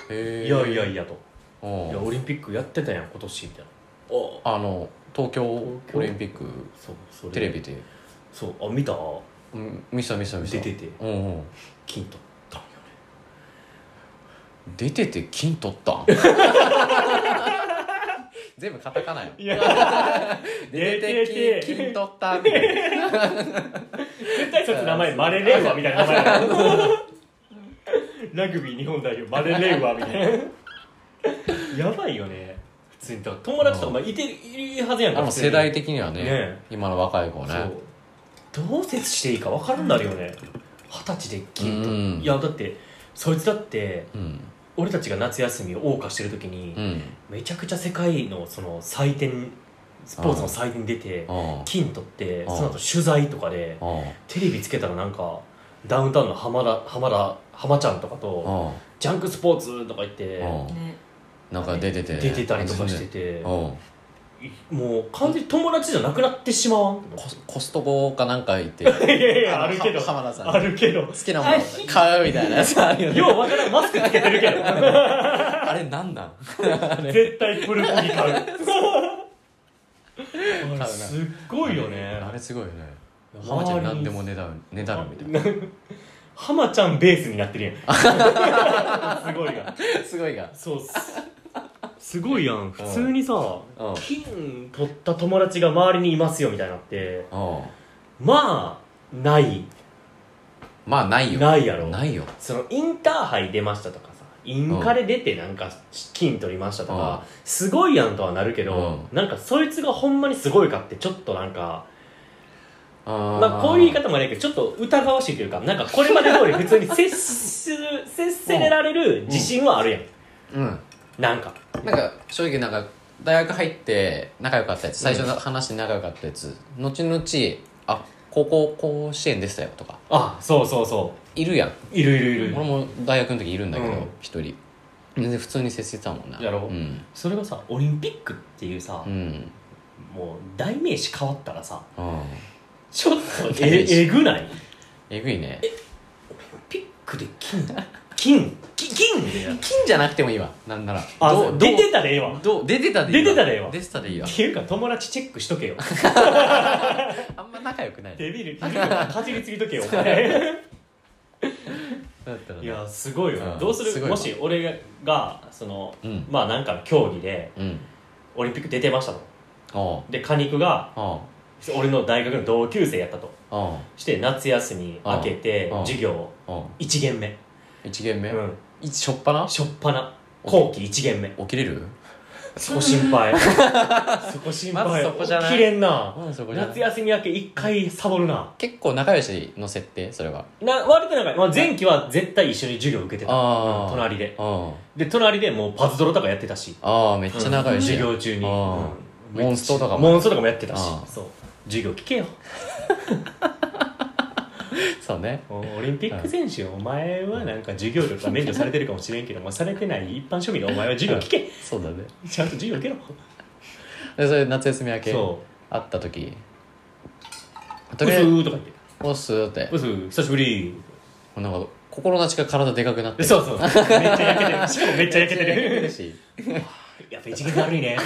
Speaker 2: え
Speaker 1: いやいやいやと
Speaker 2: おう
Speaker 1: いやオリンピックやってたやん今年みたいなあ
Speaker 2: あの東京オ
Speaker 1: 東京
Speaker 2: リンピック
Speaker 1: そうそれ
Speaker 2: テレビで
Speaker 1: そうあ見た
Speaker 2: うん見せた見せた見せ
Speaker 1: 出
Speaker 2: た
Speaker 1: てて
Speaker 2: うんうん
Speaker 1: 金取ったんよね
Speaker 2: 出てて金取った
Speaker 1: [laughs]
Speaker 2: 全部カタカナよ
Speaker 1: いや
Speaker 2: [laughs] 出
Speaker 1: 出て
Speaker 2: て
Speaker 1: て
Speaker 2: て金取ったみたいな
Speaker 1: 絶対そいつ名前マレレーワみたいな名前だよラグビー日本代表マレレーワみたいなやばいよね普通にだから友達とかまあいているはずやん
Speaker 2: あ
Speaker 1: か
Speaker 2: の
Speaker 1: 普通に
Speaker 2: 世代的にはね
Speaker 1: ね
Speaker 2: 今の若い子はね
Speaker 1: そうどう接していいか分からんなるよね二十歳で金と、
Speaker 2: うん
Speaker 1: いやだってそいつだって
Speaker 2: うん
Speaker 1: 俺たちが夏休みを謳歌してる時に、
Speaker 2: うん
Speaker 1: めちゃくちゃ世界のその祭典スポーツの祭典に出て
Speaker 2: あ
Speaker 1: 金取って
Speaker 2: ああ
Speaker 1: その後取材とかで
Speaker 2: ああ
Speaker 1: テレビつけたらなんかダウンタウンの浜田浜田浜ちゃんとかと
Speaker 2: あ
Speaker 1: ジャンクスポーツとか言って
Speaker 2: あ
Speaker 3: ね
Speaker 2: なんか出てて
Speaker 1: 出てたりとかしてて
Speaker 2: うんコ
Speaker 1: もう完全に友達じゃなくなってしまわん
Speaker 2: スコストコかなんか行って
Speaker 1: [laughs] いやいや
Speaker 2: の
Speaker 1: あるけど
Speaker 2: は浜田さん
Speaker 1: あるけど
Speaker 2: 好きなもの買うみたいなやつあるよね
Speaker 1: ようわからんマスクつけてる
Speaker 2: [laughs]
Speaker 1: けど
Speaker 2: あれなんなん
Speaker 1: 絶対プルコギ買うあれ
Speaker 2: な
Speaker 1: すっごいよね
Speaker 2: あれすごいよね浜ちゃん何でもねだるねだるみたいな
Speaker 1: 浜ちゃんベースになってるや
Speaker 2: [laughs]
Speaker 1: ん [laughs] すごいやん
Speaker 2: すごいが
Speaker 1: そうっすすごいやん普通にさ
Speaker 2: うん
Speaker 1: 金取った友達が周りにいますよみたいになって
Speaker 2: うん
Speaker 1: まあない
Speaker 2: まあないよ
Speaker 1: ないやろ
Speaker 2: ないよ
Speaker 1: そのインターハイ出ましたとかさインカレ出てなんか金取りましたとか、すごいやんとはなるけど、なんかそいつがほんまにすごいかってちょっとなんか、
Speaker 2: あー
Speaker 1: まあ、こういう言い方もないけどちょっと疑わしいというかなんかこれまで通り普通に接する接せられる自信はあるやん、
Speaker 2: うん
Speaker 1: なんか
Speaker 2: なんか正直なんか大学入って仲良かったやつ最初の話で仲良かったやつ、後々あ高校甲子園でしたよとか
Speaker 1: あそうそうそ
Speaker 2: いるやん
Speaker 1: ういるいるいる、
Speaker 2: 俺も大学の時いるんだけど
Speaker 1: うん
Speaker 2: 一、人全然普通に接してたもんな
Speaker 1: やろ
Speaker 2: うん
Speaker 1: それがさオリンピックっていうさ、
Speaker 2: うん
Speaker 1: もう代名詞変わったらさ
Speaker 2: うん
Speaker 1: ちょっと
Speaker 2: 代
Speaker 1: え
Speaker 2: 名詞
Speaker 1: えぐない
Speaker 2: えぐいね
Speaker 1: ピックで
Speaker 2: [laughs]
Speaker 1: 金金き金でやる
Speaker 2: 金じゃなくてもいいわなんなら
Speaker 1: あ
Speaker 2: どう
Speaker 1: 出
Speaker 2: どう
Speaker 1: てたでええわ
Speaker 2: どう出てたでいいわ
Speaker 1: 出てたでいいわ
Speaker 2: 出てたでいいわ
Speaker 1: っていうか友達チェックしとけ
Speaker 2: [laughs]
Speaker 1: よ
Speaker 2: あんま仲良くない
Speaker 1: デビルデビルかじりつぎとけよお前
Speaker 2: だったら
Speaker 1: [laughs] いやすごいよ、
Speaker 2: うん
Speaker 1: どうする
Speaker 2: すごいわ
Speaker 1: もし俺がその、
Speaker 2: うん
Speaker 1: まあなんかの競技で
Speaker 2: うん
Speaker 1: オリンピック出てましたと
Speaker 2: おう
Speaker 1: で果肉が
Speaker 2: おう
Speaker 1: 俺の大学の同級生やったと
Speaker 2: おう
Speaker 1: して夏休み明けて
Speaker 2: うん
Speaker 1: 授業
Speaker 2: おう
Speaker 1: 1限目、
Speaker 2: 一限目、
Speaker 1: うん、
Speaker 2: 一しょっぱな
Speaker 1: しょっぱな後期1限目
Speaker 2: 起きれる
Speaker 1: そこ心配 [laughs] そこ心配
Speaker 2: まずそこじゃない
Speaker 1: 起きれんな
Speaker 2: うんそこじゃない
Speaker 1: 夏休み明け一回サボるな
Speaker 2: 結構仲良しの設定それは
Speaker 1: な割となんか、まあ、前期は絶対一緒に授業受けてた
Speaker 2: あー
Speaker 1: うん隣で
Speaker 2: うん
Speaker 1: で隣でもうパズドラとかやってたし
Speaker 2: ああめっちゃ仲良し
Speaker 1: 授
Speaker 2: やん
Speaker 1: 業中に、
Speaker 2: あー
Speaker 1: うん
Speaker 2: モンストとかも
Speaker 1: モンストとかもやってたし
Speaker 2: あー
Speaker 1: そう授業
Speaker 2: [laughs]
Speaker 1: 聞けよ
Speaker 2: そうね
Speaker 1: おオリンピック選手お前はなんか授業料が免除されてるかもしれんけど、まあ、されてない一般庶民のお前は授業聞け
Speaker 2: そうだね
Speaker 1: ちゃんと授業受けろ
Speaker 2: でそれ夏休み明け
Speaker 1: そ
Speaker 2: 会った時
Speaker 1: う「
Speaker 2: と
Speaker 1: う
Speaker 2: り
Speaker 1: す
Speaker 2: あえず
Speaker 1: ー」とか言って
Speaker 2: おっすーって
Speaker 1: 「うすー久しぶり
Speaker 2: なんか心なしか体でかくなっ」て
Speaker 1: [laughs] そうそうめっちゃ焼けてるしかもめっちゃ焼けて
Speaker 2: めっちゃ焼け
Speaker 1: る [laughs]
Speaker 2: し
Speaker 1: やっぱ一撃悪い [laughs] ね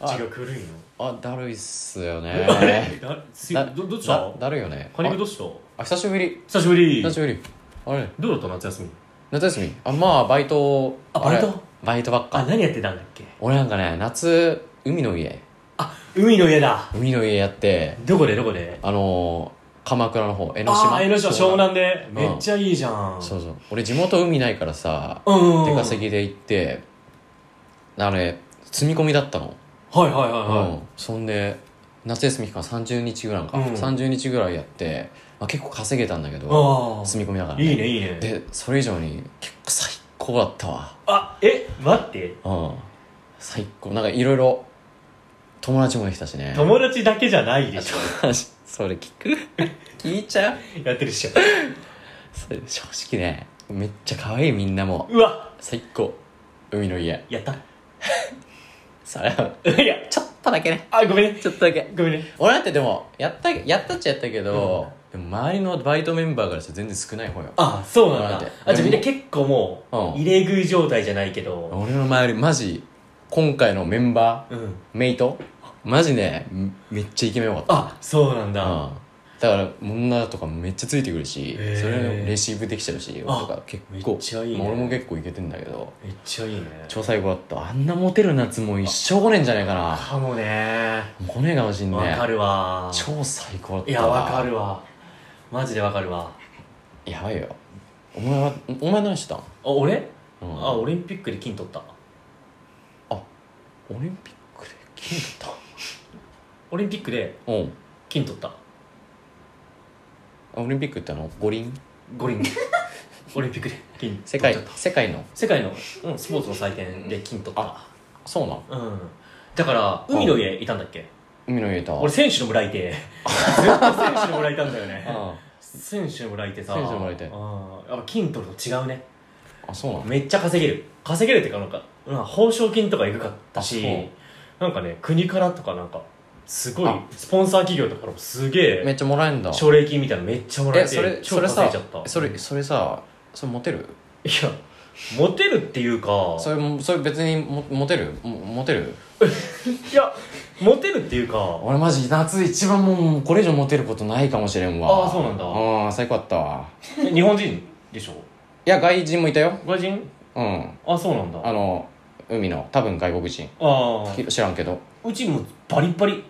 Speaker 1: 授業狂いの
Speaker 2: あだるいっすよ
Speaker 1: あ
Speaker 2: ね
Speaker 1: れだす
Speaker 2: だ
Speaker 1: どどうし
Speaker 2: だ
Speaker 1: た
Speaker 2: だるいよね
Speaker 1: カニクどうした
Speaker 2: あ久しぶり
Speaker 1: 久しぶり
Speaker 2: 久しぶりあれ
Speaker 1: どうだった夏休み
Speaker 2: 夏休みあまあバイト
Speaker 1: あ
Speaker 2: れ
Speaker 1: バイト
Speaker 2: バイトばっ
Speaker 1: あ
Speaker 2: か
Speaker 1: 何やってたんだっけ
Speaker 2: 俺なんかね夏海の家
Speaker 1: あ海の家だ
Speaker 2: 海の家やって
Speaker 1: どこでどこで
Speaker 2: あのー、鎌倉の方江ノ島
Speaker 1: ああ江ノ島湘南で
Speaker 2: ん
Speaker 1: めっちゃいいじゃん
Speaker 2: そうそう俺地元海ないからさ
Speaker 1: うんうんうん
Speaker 2: 出稼ぎで行ってあれ積み込みだったの、
Speaker 1: はいはいは
Speaker 2: うんそんで夏休み期間30日ぐらいか、
Speaker 1: うん
Speaker 2: 30日ぐらいやって、まあ、結構稼げたんだけ
Speaker 1: いは
Speaker 2: ど
Speaker 1: いあ
Speaker 2: 積み込みだから、
Speaker 1: あいいねいいね
Speaker 2: でそれ以上に結構最高だったわ
Speaker 1: あえ待って
Speaker 2: うん最高なんかいろいろ友達もできたしね
Speaker 1: 友達だけじゃないでしょ
Speaker 2: 友達 [laughs] それ聞く [laughs] 聞いちゃう
Speaker 1: やってるっしょ
Speaker 2: それ正直ねめっちゃ可愛いみんなも
Speaker 1: うわ
Speaker 2: 最高海の家
Speaker 1: やった [laughs]
Speaker 2: それはい
Speaker 1: や
Speaker 2: ちょっとだけね
Speaker 1: あごめんね
Speaker 2: ちょっとだけ
Speaker 1: ごめんね
Speaker 2: 俺だってでもやったやったっちゃやったけど、でも周りのバイトメンバーからしたら全然少ない方よ
Speaker 1: あそうなん
Speaker 2: 待っ
Speaker 1: だ
Speaker 2: て
Speaker 1: あじゃあみんな結構も
Speaker 2: うん
Speaker 1: う入れ食い状態じゃないけど
Speaker 2: 俺の周りマジ今回のメンバ
Speaker 1: うん
Speaker 2: ーメイトマジねめめっちゃイケメンよかった
Speaker 1: あそうなんだ
Speaker 2: うんだから女とかめっちゃついてくるし
Speaker 1: へー
Speaker 2: それのレシーブできちゃうし俺とか結構
Speaker 1: めっちゃいいね
Speaker 2: まあ俺も結構いけてんだけど
Speaker 1: めっちゃいいね
Speaker 2: 超最高だったあんなモテる夏もう一生来ねえんじゃないかな
Speaker 1: かもね
Speaker 2: 来ねえかもしんね
Speaker 1: わかるわ
Speaker 2: 超最高だった
Speaker 1: いやわかるわマジでわかるわ
Speaker 2: やばいよお前はお前何してたん
Speaker 1: あ俺
Speaker 2: うん
Speaker 1: あオリンピックで金取った
Speaker 2: オリンピックで金だっ
Speaker 1: オリンピックで
Speaker 2: たうん
Speaker 1: 金取った
Speaker 2: オリンピックってあの五輪 [laughs]
Speaker 1: 五輪オリンピックで金
Speaker 2: 世
Speaker 1: 取
Speaker 2: 界
Speaker 1: っちゃった
Speaker 2: 世界の
Speaker 1: 世界の、うん、スポーツの祭典で金取った
Speaker 2: そうなん
Speaker 1: うんだから海の家いたんだっけ
Speaker 2: 海の家と
Speaker 1: 俺選手の村いてずっと選手の村いたんだ
Speaker 2: [laughs]
Speaker 1: よね
Speaker 2: あ
Speaker 1: 選手の村いてさ
Speaker 2: 選手の村いて
Speaker 1: うんやっぱ金取ると違うね
Speaker 2: あそうなん
Speaker 1: めっちゃ稼げる稼げるっていうかなんか、うん、報奨金とかエグかったし
Speaker 2: あ
Speaker 1: なんかね国からとかなんかすごい
Speaker 2: あ
Speaker 1: スポンサー企業とかからもすげ
Speaker 2: め
Speaker 1: え
Speaker 2: っちゃもらえんだ
Speaker 1: 奨励金みたいなのめっちゃもらえ
Speaker 2: え
Speaker 1: て
Speaker 2: それそ
Speaker 1: 超
Speaker 2: れ
Speaker 1: 稼
Speaker 2: さ
Speaker 1: いじゃった
Speaker 2: そ
Speaker 1: うん
Speaker 2: れ
Speaker 1: い
Speaker 2: それさそれモテる
Speaker 1: やモテるっていうか
Speaker 2: それもそれ別にモモテるもモテる
Speaker 1: いやモテるっていうか
Speaker 2: 俺マジ夏一番もうこれ以上モテることないかもしれんわ
Speaker 1: ああそうなんだ
Speaker 2: ああ最高だったわ
Speaker 1: え日本人でしょ
Speaker 2: いや外人もいたよ
Speaker 1: 外人
Speaker 2: うん
Speaker 1: あそうなんだ
Speaker 2: あの海の多分外国人
Speaker 1: ああ
Speaker 2: 知らんけど
Speaker 1: うちもバリバリ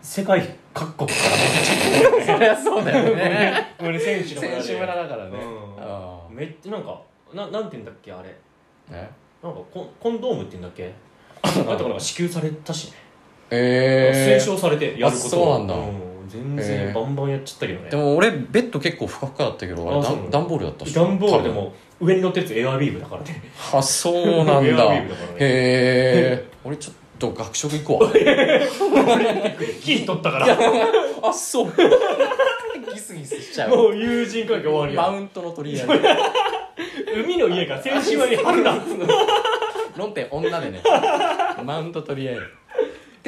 Speaker 1: 世界各国か
Speaker 2: そりゃそうだよね [laughs]
Speaker 1: ら俺選 [laughs] 手の
Speaker 2: 選手村だからね、
Speaker 1: うん
Speaker 2: ああ
Speaker 1: めっちゃなんかななんて言うんだっけあれ
Speaker 2: え
Speaker 1: なんかコンコンドームって言うんだっけあとなんか支給されたしね、
Speaker 2: え
Speaker 1: 推奨されてやること
Speaker 2: あそうなんだ
Speaker 1: 全
Speaker 2: へ
Speaker 1: 然
Speaker 2: ー
Speaker 1: バンバンやっちゃったけどね
Speaker 2: でも俺ベッド結構ふかふかだったけどあ
Speaker 1: あ
Speaker 2: れダ
Speaker 1: そうなの
Speaker 2: ン段ボールだったっしょ
Speaker 1: 段ボールで
Speaker 2: 多分
Speaker 1: も上に乗ってるやつエアウィーブだからね
Speaker 2: あそう
Speaker 1: [laughs]
Speaker 2: なん
Speaker 1: エア
Speaker 2: だへ
Speaker 1: ウィーブだからね
Speaker 2: え俺ちょっと学食行くわ
Speaker 1: [laughs] 金取ったから
Speaker 2: あそうギスギスしちゃ
Speaker 1: も
Speaker 2: う
Speaker 1: う友人関係終わり
Speaker 2: マ
Speaker 1: や
Speaker 2: ウントの取り合い
Speaker 1: [laughs] 海の家が先週はに春だ
Speaker 2: 論点女でねマウント取り合いっ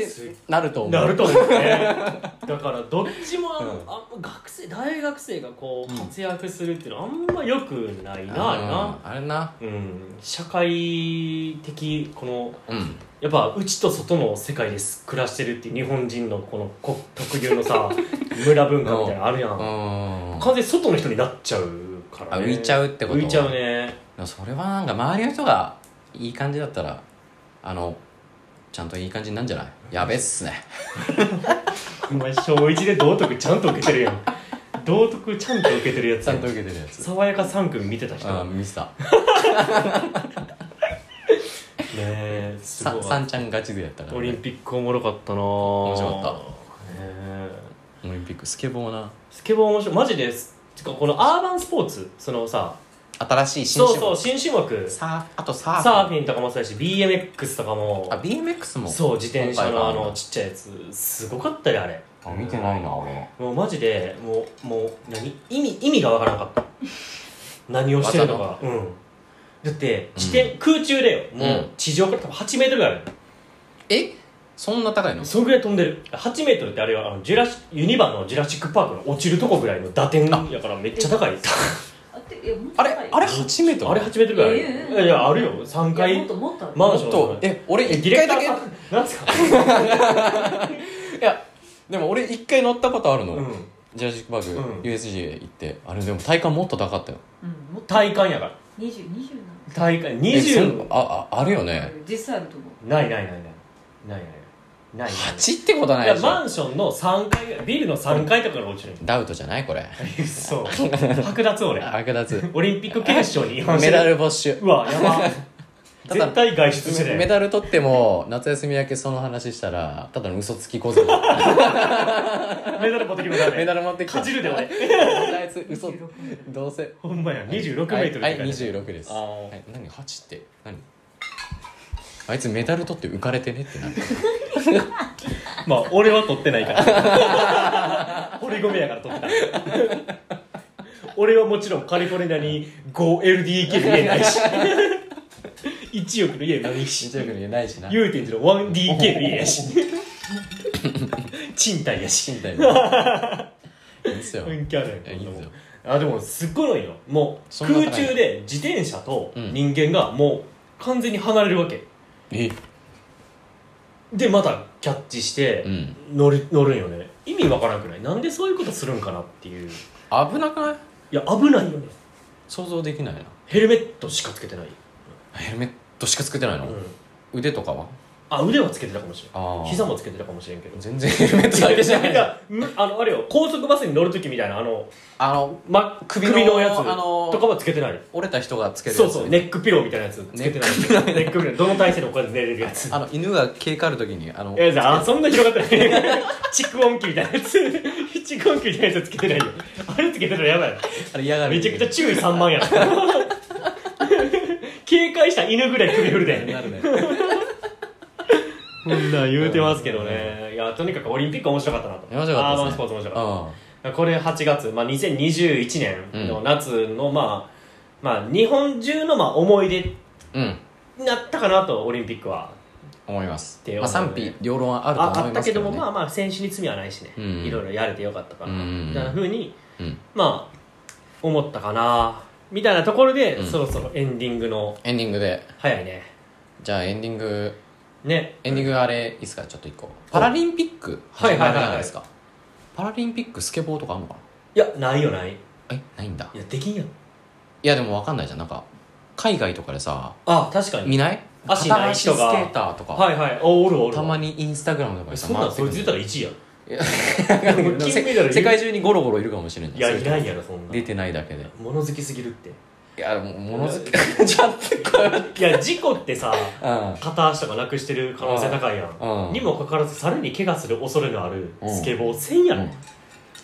Speaker 2: てなると思う
Speaker 1: なると思うねだからどっちもあの
Speaker 2: うん
Speaker 1: あんま学生大学生がこ
Speaker 2: う
Speaker 1: うん活躍するっていうのはあんまよくないなあれ
Speaker 2: あ
Speaker 1: な
Speaker 2: ーあれな
Speaker 1: うん社会的この
Speaker 2: うん
Speaker 1: やっぱ内と外の世界です暮らしてるっていう日本人のこのこ特有の
Speaker 2: [laughs]
Speaker 1: さ村文化みたいなのあるやん
Speaker 2: うん
Speaker 1: 完全に外の人になっちゃうから、ね、
Speaker 2: あ浮いちゃうってこと
Speaker 1: 浮いちゃうね
Speaker 2: でもそれはなんか周りの人がいい感じだったらあのちゃんといい感じになんじゃないやべっすね
Speaker 1: お前小1で道徳ちゃんと受けてるやん
Speaker 2: [laughs]
Speaker 1: 道徳ちゃんと受けてるやつ
Speaker 2: ちゃんと受けてるやつ
Speaker 1: 爽やか3組見てた人
Speaker 2: あ
Speaker 1: ね
Speaker 2: ミスター
Speaker 1: えすご
Speaker 2: さ
Speaker 1: い
Speaker 2: さんちゃんガチでやったから、ね、
Speaker 1: オリンピックおもろかったな
Speaker 2: 面
Speaker 1: 面
Speaker 2: 白かった
Speaker 1: ねえ
Speaker 2: オリンピックスケボーな
Speaker 1: スケボー面白いマジですてかこのアーバンスポーツそのさ
Speaker 2: 新しい新
Speaker 1: そう
Speaker 2: 種
Speaker 1: そう
Speaker 2: 目
Speaker 1: 新種目サ
Speaker 2: サーフあとサーフ
Speaker 1: ーフィンとかもそうだし BMX とかも
Speaker 2: あ BMX も
Speaker 1: そう自転車のあ
Speaker 2: 今回
Speaker 1: のちっちゃいやつすごかったよあれ
Speaker 2: あ見てないな俺
Speaker 1: もうマジでもうもう何意味意味がわからなかった何をしてるのかうんだって地点、空中でよもううん地上から多分8メートルぐらいある、
Speaker 2: えそんな高いの
Speaker 1: そんぐらい飛んでる8メートルってあれはあのジュラシユニバのジュラシック・パークの落ちるとこぐらいの打点やからめっちゃ高い
Speaker 3: あっていやもっと
Speaker 2: あれ
Speaker 3: 高い
Speaker 2: あれ8メートル
Speaker 1: あれ8メートルぐらいある、
Speaker 3: ええ
Speaker 1: いやあるよ3
Speaker 3: いやも
Speaker 1: 階
Speaker 3: っともっとある
Speaker 1: マンシ
Speaker 2: ちょ
Speaker 1: ョン
Speaker 2: っ
Speaker 1: の
Speaker 2: とえ俺
Speaker 1: ディ
Speaker 2: 1
Speaker 1: レク
Speaker 2: 回
Speaker 1: タ
Speaker 2: だけ
Speaker 1: ーさんなんですか、
Speaker 2: いやでも俺1回乗ったことあるの、
Speaker 1: うん、
Speaker 2: ジュラシック・パーク、
Speaker 1: うん
Speaker 2: USJ 行ってあれでも体感もっと高かったよ
Speaker 3: うんもっと
Speaker 1: 体感やから
Speaker 3: 二十二十なの
Speaker 1: 体感
Speaker 2: えそん
Speaker 1: 20
Speaker 2: あああるよね
Speaker 3: 実際あると思う
Speaker 1: ないないないないないないないない
Speaker 2: 8ってこと
Speaker 1: い
Speaker 2: ない
Speaker 1: や
Speaker 2: でしょ
Speaker 1: マンションの3階ぐらいビルの3階とかが落ちる
Speaker 2: ダウトじゃないこれ
Speaker 1: そう剥奪俺
Speaker 2: 剥奪
Speaker 1: オリンピック憲章に違反して
Speaker 2: メ
Speaker 1: る
Speaker 2: ダル没収
Speaker 1: うわやば
Speaker 2: ただ
Speaker 1: 絶対
Speaker 2: [laughs]
Speaker 1: 外出して
Speaker 2: メ
Speaker 1: ね
Speaker 2: ダル取っても夏休み明けその話したらただの嘘つき小僧
Speaker 1: メダル持ってきてダメ
Speaker 2: メダル持ってきて
Speaker 1: かじる
Speaker 2: [laughs]
Speaker 1: で俺
Speaker 2: あいつ嘘
Speaker 3: 26
Speaker 2: どうせ
Speaker 1: ほんまや26メートル
Speaker 2: はい、はい、26です
Speaker 1: あー
Speaker 2: はい、何8って何あいつメダル取って浮かれてねっ
Speaker 1: [laughs]
Speaker 2: てなる
Speaker 1: まあ俺は取ってないから
Speaker 2: [laughs]
Speaker 1: 堀米やから取ってた俺はもちろんカリフォルニアに 5LDK の家ないし1億の家ないし
Speaker 2: 1億の家ないしな
Speaker 1: 祐天寺の 1DK の家やし
Speaker 2: [laughs]
Speaker 1: 賃貸やし
Speaker 2: 身体が
Speaker 1: [laughs]
Speaker 2: いいですよ
Speaker 1: 雰囲気あるやん
Speaker 2: いやいいですよ
Speaker 1: あでもすっごいのよもう
Speaker 2: そんな高い
Speaker 1: 空中で自転車と
Speaker 2: うん
Speaker 1: 人間がもう完全に離れるわけ
Speaker 2: え
Speaker 1: でまたキャッチして
Speaker 2: うん
Speaker 1: 乗る乗るんよね意味わからんくないなんでそういうことするんかなっていうい
Speaker 2: 危なくない
Speaker 1: や危ないよね
Speaker 2: 想像できないな
Speaker 1: ヘルメットしかつけてない、
Speaker 2: ヘルメットしかつけてないの、
Speaker 1: うん
Speaker 2: 腕とかは
Speaker 1: あ腕はつけてたかもしれ
Speaker 2: あ
Speaker 1: ん膝もつけてたかもしれんけど
Speaker 2: 全然ヘルメットだけじゃない
Speaker 1: いやむあのあれよ高速バスに乗る時みたいなあの、
Speaker 2: あの
Speaker 1: ま、首
Speaker 2: 首
Speaker 1: の
Speaker 2: の
Speaker 1: やつ
Speaker 2: あの
Speaker 1: とかはつけてない
Speaker 2: 折れた人がつけるやつ
Speaker 1: そうそうネックピローみたいなやつつけてないネックピローどの体勢でもこうやって寝れるやつ
Speaker 2: [laughs] あの犬が毛刈るときにあの
Speaker 1: いやじゃあそんな広がってない [laughs] 蓄音機みたいなやつ蓄音機みたいなやつつけてないよあれつけてたらやばいよ
Speaker 2: あれ嫌がる
Speaker 1: めちゃくちゃ注意3万やろ警戒した犬ぐらい首振るで
Speaker 2: なるね
Speaker 1: こんなん言うてますけどねいやとにかくオリンピック面白かったなと
Speaker 2: 面白かっ
Speaker 1: アー
Speaker 2: た
Speaker 1: バ
Speaker 2: で
Speaker 1: ンス
Speaker 2: すね
Speaker 1: ポーツ面白かっ
Speaker 2: あ
Speaker 1: たこれ8月、まあ、2021年の夏の、まあまあ、日本中のまあ思い出
Speaker 2: うんうん
Speaker 1: になったかなとオリンピックは
Speaker 2: 思います
Speaker 1: って思う
Speaker 2: まあ
Speaker 1: ね
Speaker 2: 賛否両論はある
Speaker 1: あ
Speaker 2: と
Speaker 1: あ
Speaker 2: 思
Speaker 1: っ
Speaker 2: い
Speaker 1: た
Speaker 2: ま
Speaker 1: け
Speaker 2: すけ
Speaker 1: ど
Speaker 2: ど
Speaker 1: も
Speaker 2: ね
Speaker 1: まあまあ選手に罪はないしね、
Speaker 2: うん
Speaker 1: いろいろやれてよかったから、
Speaker 2: うん
Speaker 1: みたいなふうに
Speaker 2: うん
Speaker 1: まあ思ったかなみたいなところで、
Speaker 2: うん
Speaker 1: そろそろエンディングの
Speaker 2: エンディングで
Speaker 1: 早いね
Speaker 2: じゃあエンディング
Speaker 1: ね
Speaker 2: エンディングあれいいですかちょっと一個パラリンピック
Speaker 1: はいはいはいはい
Speaker 2: じゃないですかパラリンピックスケボーとかあんのか
Speaker 1: いやないよな
Speaker 2: な
Speaker 1: い
Speaker 2: えないんだ
Speaker 1: いやできんやん
Speaker 2: いやでもわかんないじゃんなんか海外とかでさ
Speaker 1: あ確かに
Speaker 2: 見ない
Speaker 1: 足ない人が
Speaker 2: 片足スケーターとか
Speaker 1: はいはいおおるおる
Speaker 2: たま
Speaker 1: に
Speaker 2: にインスタグラムとかでさ
Speaker 1: そんなん
Speaker 2: 回って
Speaker 1: そ
Speaker 2: く
Speaker 1: い
Speaker 2: る
Speaker 1: つ出たら1位やんも金メダ
Speaker 2: [laughs]
Speaker 1: ル
Speaker 2: 世界中にゴロゴロいるかもしれない
Speaker 1: いや
Speaker 2: そうう
Speaker 1: い
Speaker 2: 人
Speaker 1: ないやろそんな
Speaker 2: 出てないだけで
Speaker 1: 物好きすぎるって
Speaker 2: いやもう物好き [laughs] ちゃんとこう
Speaker 1: いや事故ってさ
Speaker 2: うん
Speaker 1: 片足とかなくしてる可能性高いやん、
Speaker 2: うん
Speaker 1: にもかかわらずさらに怪我する恐れのある
Speaker 2: うん
Speaker 1: スケボーせんやろ、
Speaker 2: うん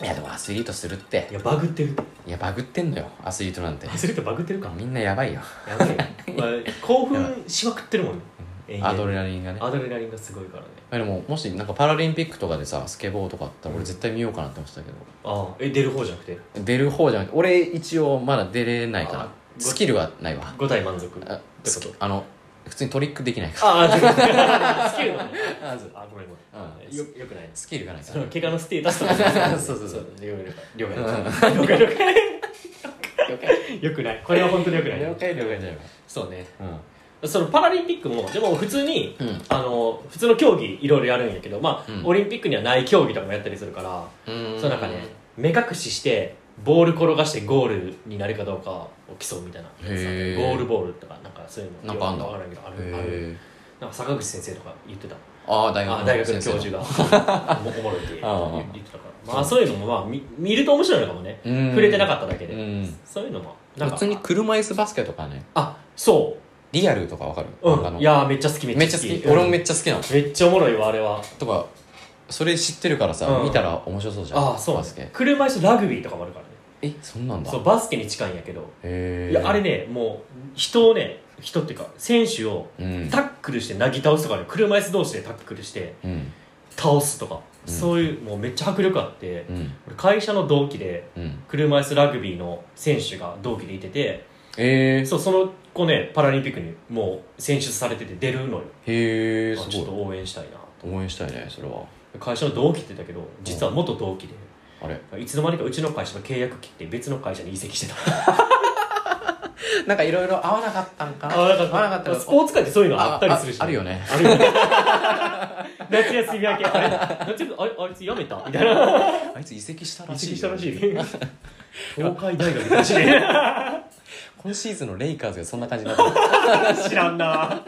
Speaker 2: いやでもアスリートするって
Speaker 1: いやバグってるって
Speaker 2: いやバグってんのよアスリートなんて
Speaker 1: アスリートバグってるか
Speaker 2: みんなやばいよ
Speaker 1: やばい、まあ、興奮しまくってるもんね永遠に
Speaker 2: アドレナリンがね
Speaker 1: アドレナリンがすごいからね
Speaker 2: まあでももしなんかパラリンピックとかでさスケボーとかあったら俺絶対見ようかなって思ってたけど
Speaker 1: ああえ出る方じゃなくて
Speaker 2: 出る方じゃなくて俺一応まだ出れないか
Speaker 1: あ
Speaker 2: ら
Speaker 1: ご
Speaker 2: スキルはないわ
Speaker 1: 5体満足
Speaker 2: あ
Speaker 1: てこと
Speaker 2: あの普通にトリックできないか
Speaker 1: ああ違うスキルのね
Speaker 2: らあそう
Speaker 1: あごめんごめん、
Speaker 2: うん
Speaker 1: よよくない
Speaker 2: スキルがないか
Speaker 1: そ
Speaker 2: ら
Speaker 1: の怪我のステータスとか
Speaker 2: そうそうそう
Speaker 1: 了解了 [laughs] 解了解了解
Speaker 2: 了解
Speaker 1: よくないこれは本当によくない
Speaker 2: 了解了解じゃない
Speaker 1: そうね
Speaker 2: うん
Speaker 1: そのパラリンピックもでも普通に、
Speaker 2: うん
Speaker 1: あの普通の競技いろいろやるんやけど、まあ
Speaker 2: うん
Speaker 1: オリンピックにはない競技とかもやったりするから、
Speaker 2: うん
Speaker 1: その中ね目隠ししてボール転がしてゴールになるかどうかを競うみたいな
Speaker 2: へー
Speaker 1: ゴールボールとかなんかそういう
Speaker 2: な
Speaker 1: の
Speaker 2: んかあんだ
Speaker 1: よくわからんけどあるある
Speaker 2: へえ
Speaker 1: なんか坂口先生とか言ってた
Speaker 2: ああ大学
Speaker 1: あ
Speaker 2: の
Speaker 1: 大学の
Speaker 2: 先生
Speaker 1: 教
Speaker 2: だ
Speaker 1: 授がおもろいって言ってた
Speaker 2: ああ
Speaker 1: からまあそういうのもまあ見見ると面白いのかもね
Speaker 2: うん
Speaker 1: 触れてなかっただけで、
Speaker 2: うん
Speaker 1: そういうのもなん
Speaker 2: 普
Speaker 1: か
Speaker 2: 通に車椅子バスケとかね
Speaker 1: あそ
Speaker 2: リアルとかわかる
Speaker 1: う、
Speaker 2: 漫画
Speaker 1: うん、
Speaker 2: の
Speaker 1: いやーめっちゃ好きめ
Speaker 2: め
Speaker 1: っ
Speaker 2: っ
Speaker 1: ち
Speaker 2: ち
Speaker 1: ゃ
Speaker 2: ゃ
Speaker 1: 好
Speaker 2: 好
Speaker 1: き
Speaker 2: き俺もめ
Speaker 1: っ
Speaker 2: っちゃ好きなの
Speaker 1: ちゃめっちゃおもろいわあれは
Speaker 2: とかそれ知ってるからさ、
Speaker 1: うん
Speaker 2: 見たら面白そうじゃん
Speaker 1: ああそう
Speaker 2: バ
Speaker 1: ね
Speaker 2: スケ
Speaker 1: 車椅子ラグビーとかもあるからね
Speaker 2: えそんなんだ
Speaker 1: そうバスケに近いんやけど、
Speaker 2: へえ
Speaker 1: いやあれねもう人をね人っていうか選手を
Speaker 2: うん
Speaker 1: タックルしてなぎ倒すとかね車椅子同士でタックルして
Speaker 2: うん
Speaker 1: 倒すとか、
Speaker 2: うん
Speaker 1: そういうもうめっちゃ迫力あって
Speaker 2: う、ん
Speaker 1: 俺会社の同期で
Speaker 2: うん
Speaker 1: 車椅子ラグビーの選手が同期でいてて
Speaker 2: えー、
Speaker 1: そうその子ねパラリンピックにもう選出されてて出るのよ、
Speaker 2: へえ
Speaker 1: あ
Speaker 2: す
Speaker 1: ちょっと
Speaker 2: ごい
Speaker 1: 応援したいなと
Speaker 2: 応援したいねそれは
Speaker 1: 会社の同期って言ったけど実は元同期で、
Speaker 2: あ
Speaker 1: [laughs]
Speaker 2: れ
Speaker 1: いつの間にかうちの会社の契約切って別の会社に移籍してた
Speaker 2: なんかいろいろ合わなかったんかな
Speaker 1: あなん
Speaker 2: 合わなかったら
Speaker 1: スポーツ界ってそういうのあったりするし、
Speaker 2: あああるよね
Speaker 1: あるよね夏休み明けあれ夏休みあれあいつやめたみたいな
Speaker 2: あいつ移籍した
Speaker 1: 移
Speaker 2: らしい
Speaker 1: 籍したらしい
Speaker 2: い
Speaker 1: 東海大学らしい
Speaker 2: 今シーズンのレイカーズがそんな感じになってる
Speaker 1: 知らんな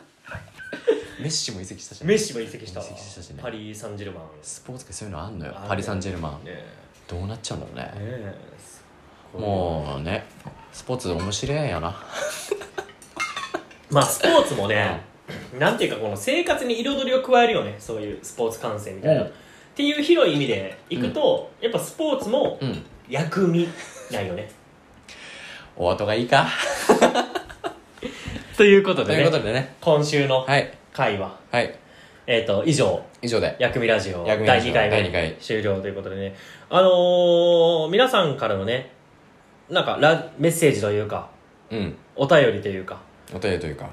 Speaker 2: メッシも移籍したし
Speaker 1: メッシも移籍したわ
Speaker 2: 移籍したしね
Speaker 1: パリ・サンジェルマン
Speaker 2: スポーツ界そういうのあんのよ
Speaker 1: あるね
Speaker 2: パリ・サンジェルマン
Speaker 1: ね
Speaker 2: どうなっちゃうんだろうね
Speaker 1: えねえすごい
Speaker 2: もうねスポーツ面白いよな
Speaker 1: まあスポーツもね、なんていうかこの生活に彩りを加えるよねそういうスポーツ観戦みたいな、
Speaker 2: うん
Speaker 1: っていう広い意味でいくと、やっぱスポーツも
Speaker 2: うん
Speaker 1: 薬味ないよね
Speaker 2: お後がいいか
Speaker 1: ということ
Speaker 2: と
Speaker 1: で
Speaker 2: いう
Speaker 1: ね
Speaker 2: ことでね
Speaker 1: 今週の
Speaker 2: はい
Speaker 1: 回は、
Speaker 2: はい
Speaker 1: えっ、と以上
Speaker 2: 以上で
Speaker 1: 薬味ラジオ
Speaker 2: 薬
Speaker 1: 第
Speaker 2: 味ラジ
Speaker 1: 2
Speaker 2: オ
Speaker 1: 回
Speaker 2: 第二回
Speaker 1: 目終了ということでねあのー皆さんからのねなんかラメッセージというか
Speaker 2: うん
Speaker 1: お便りというか
Speaker 2: お便りというか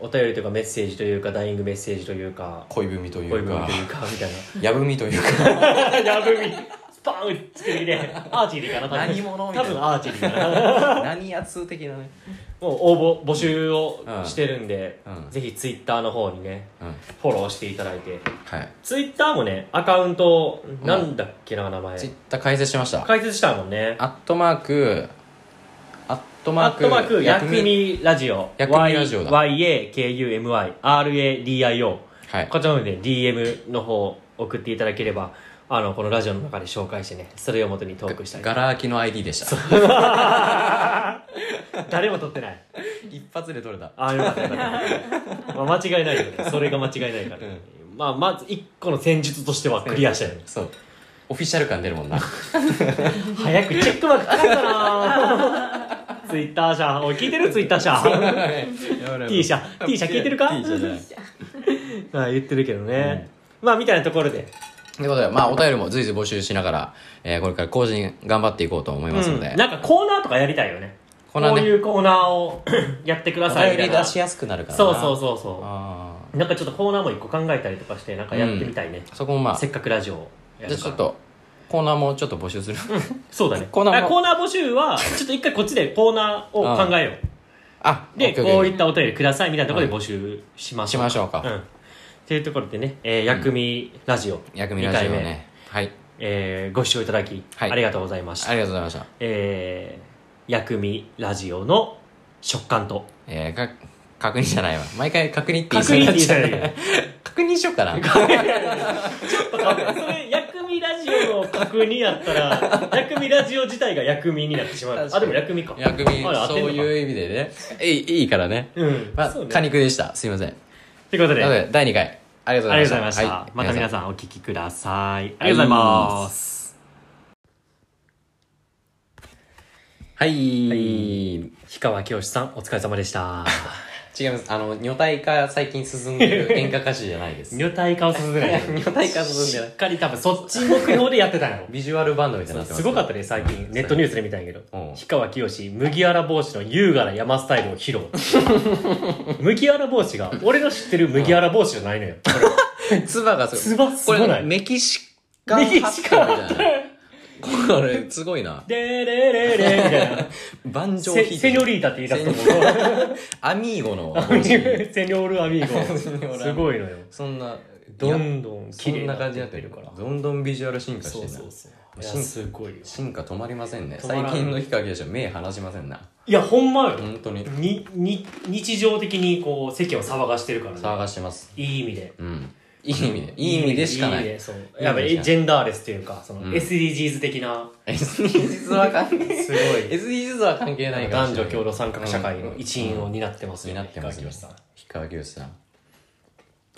Speaker 1: お便りというかメッセージというかダイイングメッセージというか
Speaker 2: 恋文とい
Speaker 1: 恋
Speaker 2: う
Speaker 1: 文
Speaker 2: か
Speaker 1: というかみたいな
Speaker 2: やぶみという
Speaker 1: [laughs]
Speaker 2: か
Speaker 1: やぶみスパーン作りでアーチェリーかな多分
Speaker 2: 何者み
Speaker 1: 多
Speaker 2: たい
Speaker 1: 分
Speaker 2: な
Speaker 1: アーチェリーかな
Speaker 2: 何やつ的なね
Speaker 1: もう応募募集をしてるんで、
Speaker 2: うん
Speaker 1: ぜひツイッターの方にね
Speaker 2: うん
Speaker 1: フォローしていただいて
Speaker 2: はい
Speaker 1: ツイッターもねアカウント
Speaker 2: ん
Speaker 1: なんだっけな名
Speaker 2: ツイッ
Speaker 1: 前
Speaker 2: ター解説しました
Speaker 1: 解説したもんね
Speaker 2: アットマークアット
Speaker 1: ア
Speaker 2: マー
Speaker 1: ット
Speaker 2: ク
Speaker 1: マーク薬味ラジオ
Speaker 2: 薬味ラジオだ
Speaker 1: YAKUMIRADIO
Speaker 2: はい
Speaker 1: こちらの方で DM の方送っていただければあのこのラジオの中で紹介してねそれをもとにトークしたい
Speaker 2: ガラ空きの ID でした
Speaker 1: 誰も撮ってない
Speaker 2: 一発で取れた
Speaker 1: ああよかったよかった、まあ、間違いないよねそれが間違いないから、まあまず一個の戦術としてはクリアしたよね
Speaker 2: そうオフィシャル感出る
Speaker 1: [laughs]
Speaker 2: もんな
Speaker 1: 早くチェックマークかかったなぁツイッター社おい聞いてるツイッター社 T 社 T 社聞いてるか
Speaker 2: T 社じゃない
Speaker 1: あ言ってるけどね、まあみたいなところで、
Speaker 2: ということで、まあ、お便りも随時募集しながら、えーこれから更新頑張っていこうと思いますので、
Speaker 1: なんかコーナーとかやりたいよね
Speaker 2: コーナーね
Speaker 1: こういうコーナーを [coughs] やってくだ
Speaker 2: お
Speaker 1: さいみた
Speaker 2: 便
Speaker 1: い
Speaker 2: り
Speaker 1: な
Speaker 2: 出
Speaker 1: そ
Speaker 2: し
Speaker 1: う
Speaker 2: やすくなるからな
Speaker 1: そうそう
Speaker 2: う
Speaker 1: そ
Speaker 2: あ
Speaker 1: うなんかちょっとコーナーも一個考えたりとかしてなんかやってみたいね、
Speaker 2: ーそこもまあ
Speaker 1: せ
Speaker 2: じ
Speaker 1: っかくラジオ
Speaker 2: ゃ
Speaker 1: やる
Speaker 2: あ
Speaker 1: から
Speaker 2: ちょっとコーナーもちょっと募集する
Speaker 1: そうだね
Speaker 2: コーナーも
Speaker 1: あコーナー募集はちょっと一回こっちでコーナーを考えよう
Speaker 2: [laughs] あ
Speaker 1: で
Speaker 2: オッケーオッケー
Speaker 1: こういったお便りくださいみたいなところで募集しまし
Speaker 2: し
Speaker 1: ょう
Speaker 2: ましょうか、
Speaker 1: うんっていうところでね、えー、薬味ラジオ、
Speaker 2: 薬味ラジオ
Speaker 1: 二回目
Speaker 2: ねはい
Speaker 1: えーご視聴いただき、
Speaker 2: はい
Speaker 1: ありがとうございまし
Speaker 2: あ
Speaker 1: た
Speaker 2: りがとうございました、
Speaker 1: えー薬味ラジオの食感と
Speaker 2: えー、か確認じゃないわ毎回確認って言い
Speaker 1: 確
Speaker 2: [laughs] そう
Speaker 1: 認
Speaker 2: に
Speaker 1: っ
Speaker 2: な
Speaker 1: て
Speaker 2: っ
Speaker 1: 言っ [laughs]
Speaker 2: ち
Speaker 1: た
Speaker 2: ゃ
Speaker 1: ら
Speaker 2: う
Speaker 1: いいよ
Speaker 2: 確認しようかな
Speaker 1: それ薬味味ラジオの架空にやっ
Speaker 2: [laughs]
Speaker 1: たら薬味ラジオ自体が薬味になってしまう
Speaker 2: 確かに
Speaker 1: あでも薬味か
Speaker 2: 薬味
Speaker 1: あ合っ
Speaker 2: そ
Speaker 1: てんの
Speaker 2: う
Speaker 1: か
Speaker 2: いう意味でねいいいいからね、
Speaker 1: うん
Speaker 2: まあ
Speaker 1: そうね
Speaker 2: 果肉でしたすいません
Speaker 1: ということで
Speaker 2: なの
Speaker 1: あり
Speaker 2: で第2回ありがとう
Speaker 1: がと
Speaker 2: ご
Speaker 1: う
Speaker 2: ざ
Speaker 1: ござ
Speaker 2: い
Speaker 1: い
Speaker 2: ま
Speaker 1: ま
Speaker 2: し
Speaker 1: したた、また皆
Speaker 2: ん
Speaker 1: さんお聞きくださいありがとうございます、
Speaker 2: はい、
Speaker 1: はい氷川きよしさんお疲れ様でした
Speaker 2: 違いますあの女体化最近進んでる演歌歌手じゃない
Speaker 1: [laughs]
Speaker 2: です
Speaker 1: [laughs] 女体化を進んでない
Speaker 2: [laughs] 女体化進んでない
Speaker 1: しっかり多分そっち目標でやってた
Speaker 2: [laughs]
Speaker 1: の
Speaker 2: ビジュアルバンドみたいになってます
Speaker 1: すごかったね最近ネットニュースで見たんやけど
Speaker 2: うん
Speaker 1: 氷川きよし麦わら帽子の優雅な山スタイルを披露
Speaker 2: [laughs]
Speaker 1: 麦わら帽子が俺の知ってる麦わら帽子じゃないのよ
Speaker 2: [laughs] ースがすごい
Speaker 1: つばす
Speaker 2: こ
Speaker 1: ごな
Speaker 2: れ
Speaker 1: い
Speaker 2: メキシカン
Speaker 1: メキシカン
Speaker 2: ハットみたいなこれすごいな
Speaker 1: でれれれみたい
Speaker 2: [laughs]
Speaker 1: な
Speaker 2: 盤上
Speaker 1: セセニョリータって言い出すと思う
Speaker 2: アミーゴの [laughs]
Speaker 1: セニョールアミー
Speaker 2: ール
Speaker 1: ゴすごいのよ
Speaker 2: そんな
Speaker 1: ど
Speaker 2: いや
Speaker 1: んどん
Speaker 2: そ
Speaker 1: 綺麗
Speaker 2: ん
Speaker 1: に
Speaker 2: な感
Speaker 1: っ
Speaker 2: じ
Speaker 1: て
Speaker 2: に
Speaker 1: い
Speaker 2: なってる
Speaker 1: か
Speaker 2: から
Speaker 1: ら
Speaker 2: どんどんビジュアル進化して
Speaker 1: そ
Speaker 2: る
Speaker 1: う
Speaker 2: な
Speaker 1: そうそうい
Speaker 2: 進
Speaker 1: やすごいよ
Speaker 2: 進化止まりませんね
Speaker 1: 止ま
Speaker 2: 最
Speaker 1: らん
Speaker 2: 近の氷川きよしは目離しませんない
Speaker 1: やほんまよ
Speaker 2: 本当に
Speaker 1: にに日常的にこう世間を騒がしてるからね
Speaker 2: 騒がしてます
Speaker 1: いい意味で
Speaker 2: うんいい意味でいい意味でしかない
Speaker 1: い
Speaker 2: い
Speaker 1: 意
Speaker 2: [laughs]
Speaker 1: 味でそう
Speaker 2: い
Speaker 1: やっぱ
Speaker 2: いい意味でしかない
Speaker 1: りジェンダーレスというかその
Speaker 2: うん
Speaker 1: SDGs 的な
Speaker 2: SDGs は関係
Speaker 1: すごい
Speaker 2: SDGs は関係ないかも
Speaker 1: 男
Speaker 2: しれ
Speaker 1: 女
Speaker 2: ない
Speaker 1: 共同参画社会の一員を担ってます
Speaker 2: に
Speaker 1: よ
Speaker 2: な
Speaker 1: ね
Speaker 2: ってますね
Speaker 1: 氷川きよし
Speaker 2: 氷
Speaker 1: さん
Speaker 2: 川きよしさん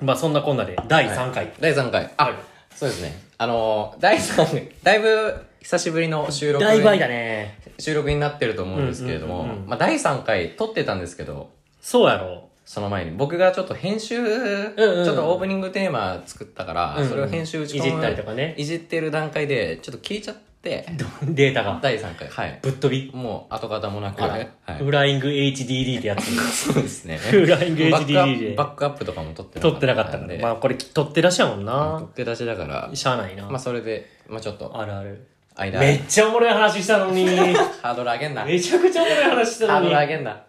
Speaker 1: まあそんなこんなで第3回
Speaker 2: 第3回
Speaker 1: は
Speaker 2: あ
Speaker 1: い
Speaker 2: そうですねあのー第3回だいぶ久しぶりの収録
Speaker 1: 大倍だね
Speaker 2: 収録になってると思うんですけれども
Speaker 1: うんうんうんうん
Speaker 2: まあ第3回撮ってたんですけど
Speaker 1: そうやろ
Speaker 2: その前に僕がちょっと編集、
Speaker 1: うんうん
Speaker 2: ちょっとオープニングテーマ作ったから、
Speaker 1: うんうん
Speaker 2: それを編集打ち
Speaker 1: いじったりとかね
Speaker 2: いじってる段階でちょっと聞いちゃって
Speaker 1: データが
Speaker 2: 第3回はい
Speaker 1: ぶっ飛び
Speaker 2: もう跡形もなく
Speaker 1: あら
Speaker 2: はい
Speaker 1: フライング HDD ってや
Speaker 2: [laughs]
Speaker 1: つ
Speaker 2: そうですね
Speaker 1: [laughs] フライング
Speaker 2: バックアッ
Speaker 1: HDD
Speaker 2: プ
Speaker 1: で
Speaker 2: バックアップとかも撮って
Speaker 1: 撮ってなかったか
Speaker 2: ん
Speaker 1: ら
Speaker 2: で
Speaker 1: まあこれ撮ってらっしゃるもん
Speaker 2: 撮
Speaker 1: な
Speaker 2: って出しだから
Speaker 1: しゃあないな
Speaker 2: まあそれでまあちょっと
Speaker 1: あるある
Speaker 2: 間
Speaker 1: めっちゃおもろい話したのに
Speaker 2: ハードル上げんなハ
Speaker 1: [laughs] めちゃくちゃおもろい話した
Speaker 2: ー
Speaker 1: の
Speaker 2: ド
Speaker 1: に
Speaker 2: ル上げんな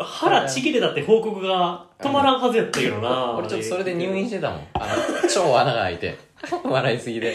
Speaker 1: 腹ちぎれたって報告が止まらんはずやったけどな
Speaker 2: 俺ちょっとそれで入院してたもんあの超穴が開いて [laughs] 笑いすぎで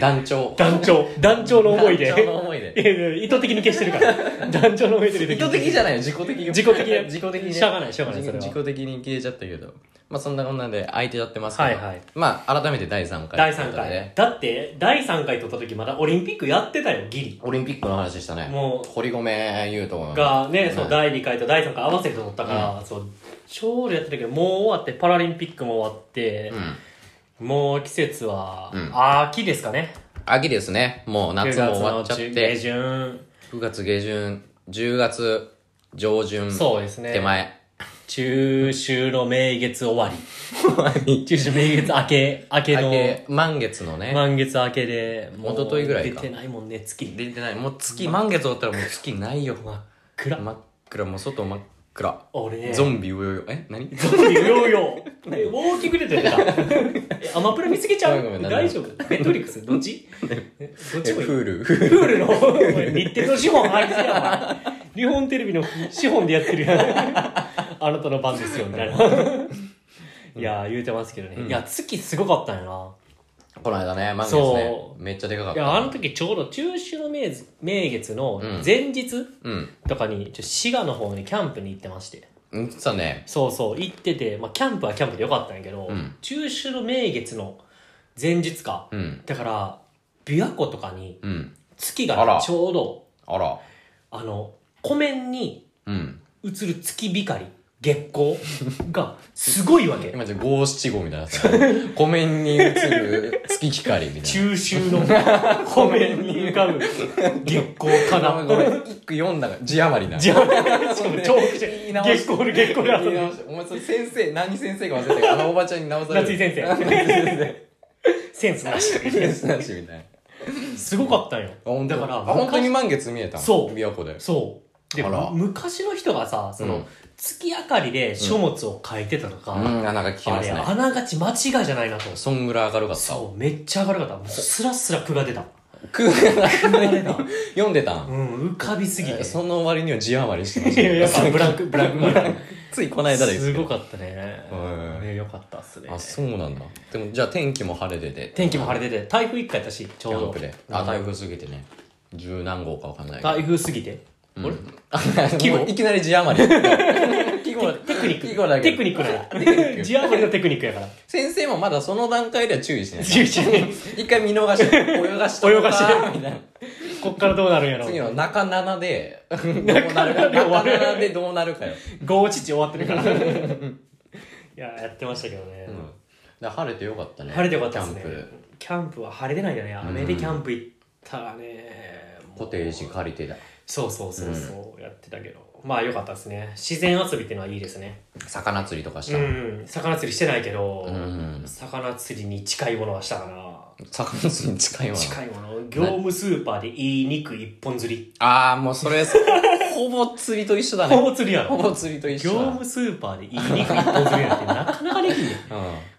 Speaker 2: 団長
Speaker 1: 団長団長の思いで
Speaker 2: 団長の思いで
Speaker 1: [laughs] いやいや意図的に消して
Speaker 2: [laughs]
Speaker 1: るから団長の思いで出て
Speaker 2: 意図的じゃないよ自己的に
Speaker 1: 自己的だよ
Speaker 2: 自己的にね
Speaker 1: しゃがないしゃがないそれは
Speaker 2: 自己的に消えちゃったけどまあそんなこんなんで空いてやってますけど
Speaker 1: はいはい
Speaker 2: まあ改めて第3回
Speaker 1: 第3
Speaker 2: ということ
Speaker 1: 回、
Speaker 2: でね
Speaker 1: だって第3回撮った時まだオリンピックやってたよギリ
Speaker 2: オリンピックの話したね
Speaker 1: もう
Speaker 2: 堀米雄斗
Speaker 1: がね、
Speaker 2: ん
Speaker 1: そう第2回と第3回合わせて撮ったから、そうちょうどやってたけどもう終わってパラリンピックも終わって
Speaker 2: う、ん
Speaker 1: もう季節は、
Speaker 2: うん
Speaker 1: 秋ですかね
Speaker 2: 秋ですねもう夏も終わっちゃっ
Speaker 1: 9月の中下
Speaker 2: て
Speaker 1: 旬
Speaker 2: 9月下旬10月上旬
Speaker 1: そうですね
Speaker 2: 手前
Speaker 1: 中秋の名月終わり
Speaker 2: 終わり
Speaker 1: 中秋名月明け明け
Speaker 2: 明
Speaker 1: の
Speaker 2: け満月のね
Speaker 1: 満月明けでもう
Speaker 2: 一昨日ぐらいか
Speaker 1: 出てないもんね月
Speaker 2: 出てないもう月満月終わったらもう月ないよ
Speaker 1: 真っ暗、
Speaker 2: 真っ暗もう外真っ暗
Speaker 1: 俺ね
Speaker 2: ゾ
Speaker 1: ン
Speaker 2: ンビうようよえ何
Speaker 1: ビヨー
Speaker 2: [laughs]
Speaker 1: ヨーえウォーキングデッドやってたえアマプラ見つけちゃ
Speaker 2: ごめん
Speaker 1: う
Speaker 2: ごめん何
Speaker 1: 大丈夫ネットフリックスど
Speaker 2: [laughs]
Speaker 1: っちどっちもいい
Speaker 2: フ
Speaker 1: プ
Speaker 2: ールフール
Speaker 1: ールのお前日テレの資本入りすぎやお前日本テレビの資本でやって
Speaker 2: [laughs]
Speaker 1: るやんあなたの番ですよみたいないやー言うてますけどね、いや月すごかったんやな
Speaker 2: [laughs] この間ね、満月ね
Speaker 1: そ。
Speaker 2: めっちゃでかかっ
Speaker 1: い
Speaker 2: た。
Speaker 1: やあの時ちょうど中秋の名月名月の
Speaker 2: うん
Speaker 1: 前日
Speaker 2: うん。
Speaker 1: とかに、ちょ滋賀の方にキャンプに行ってまして
Speaker 2: うん、実はね、
Speaker 1: そうそう行ってて、まあ、キャンプはキャンプでよかったんやけど、
Speaker 2: うん
Speaker 1: 中秋の名月の前日か、
Speaker 2: うん、
Speaker 1: だから琵琶湖とかに
Speaker 2: うん。
Speaker 1: 月
Speaker 2: あ
Speaker 1: が
Speaker 2: ら
Speaker 1: ねちょうど
Speaker 2: あら、
Speaker 1: あの湖面に
Speaker 2: うん。
Speaker 1: 映る月光月光がすごい
Speaker 2: [laughs]
Speaker 1: わけ
Speaker 2: 今じゃ五七五みたいな
Speaker 1: [laughs]
Speaker 2: さ、湖面に映る月光みたい
Speaker 1: 中秋の湖面に
Speaker 2: [laughs]
Speaker 1: 浮かぶ月光か
Speaker 2: な。あ
Speaker 1: な
Speaker 2: ごめん、一句読んだから、字余りな。
Speaker 1: じゃあしかも超口
Speaker 2: 言
Speaker 1: で
Speaker 2: い直し
Speaker 1: 月光で月光で遊ん
Speaker 2: 言い
Speaker 1: で
Speaker 2: 直してお前それ先生、何先生か忘れたけど、あのおばちゃんに直される。
Speaker 1: 夏井先生
Speaker 2: 夏井先
Speaker 1: センスなし
Speaker 2: 生。センスなしみたいな。あ
Speaker 1: [laughs] すごかったんよ
Speaker 2: 本当
Speaker 1: だ
Speaker 2: に
Speaker 1: から
Speaker 2: あ本当に満月見えたの
Speaker 1: そう
Speaker 2: 琵琶湖で。
Speaker 1: そうで
Speaker 2: あら
Speaker 1: む昔の人がさその、
Speaker 2: うん
Speaker 1: 月明かりで書物を書いてたとか、
Speaker 2: うん、あなんか聞き
Speaker 1: あ
Speaker 2: ます
Speaker 1: れ
Speaker 2: ね。
Speaker 1: あながち間違いじゃないなと
Speaker 2: そんぐらい明るかった。
Speaker 1: そうめっちゃ上がるかったもうスラスラ句が出た
Speaker 2: 句が
Speaker 1: が出た
Speaker 2: 読んでたん
Speaker 1: うん浮かびすぎて
Speaker 2: その割には字余りしてま
Speaker 1: いやいややっ
Speaker 2: した
Speaker 1: ぱ
Speaker 2: ね
Speaker 1: ブラックブラックマン
Speaker 2: ついこの間ですす
Speaker 1: ごかったね
Speaker 2: はい
Speaker 1: ねよかったっすね
Speaker 2: あそうなんだでもじゃあ天気も晴れてて
Speaker 1: 天気も晴れてて台風一回やったしちょう
Speaker 2: キャン
Speaker 1: ど
Speaker 2: プであ台風過ぎてね十何号かわかんないけど
Speaker 1: 台風すぎて、あれ
Speaker 2: うんいきなり字余り季囲碁な
Speaker 1: テクニック
Speaker 2: 囲碁だけ
Speaker 1: テクニックだ
Speaker 2: テクニック
Speaker 1: 字余りのテクニッ
Speaker 2: [laughs]
Speaker 1: クやから
Speaker 2: 先生もまだその段階では注意しない
Speaker 1: 11年
Speaker 2: 一回見逃して泳がして
Speaker 1: 泳がして
Speaker 2: みたい
Speaker 1: こっからどうなるん
Speaker 2: な
Speaker 1: やろ
Speaker 2: 次の中7でどうなる
Speaker 1: 中七
Speaker 2: か
Speaker 1: で終
Speaker 2: 中
Speaker 1: わる
Speaker 2: 7でどうなるかよ、
Speaker 1: 五父終わってるから [laughs] いややってましたけどね、
Speaker 2: うん、だから晴れてよかったね
Speaker 1: 晴れてよかったですね
Speaker 2: キャンプ
Speaker 1: キャンプは晴れてないよね雨でキャンプ行ったらね、もう
Speaker 2: コテージ借りてだ
Speaker 1: そうそうそうそうやってたけど、まあ良かったですね自然遊びっていうのはいいですね
Speaker 2: 魚釣りとかし
Speaker 1: う
Speaker 2: た、
Speaker 1: ん魚釣りしてないけど、
Speaker 2: うん
Speaker 1: 魚釣りに近いものはしたかな
Speaker 2: 魚釣りに近いわな
Speaker 1: 近いもの業務スーパーでいい肉一本釣り
Speaker 2: ああもうそれ [laughs] ほぼ釣りと一緒だ
Speaker 1: ほ
Speaker 2: ね
Speaker 1: ぼ釣りや
Speaker 2: ほ
Speaker 1: ろ
Speaker 2: ぼ釣りと一
Speaker 1: 業
Speaker 2: 緒だ
Speaker 1: 務スーパーでいい肉一本釣りなんてなかなかできんねん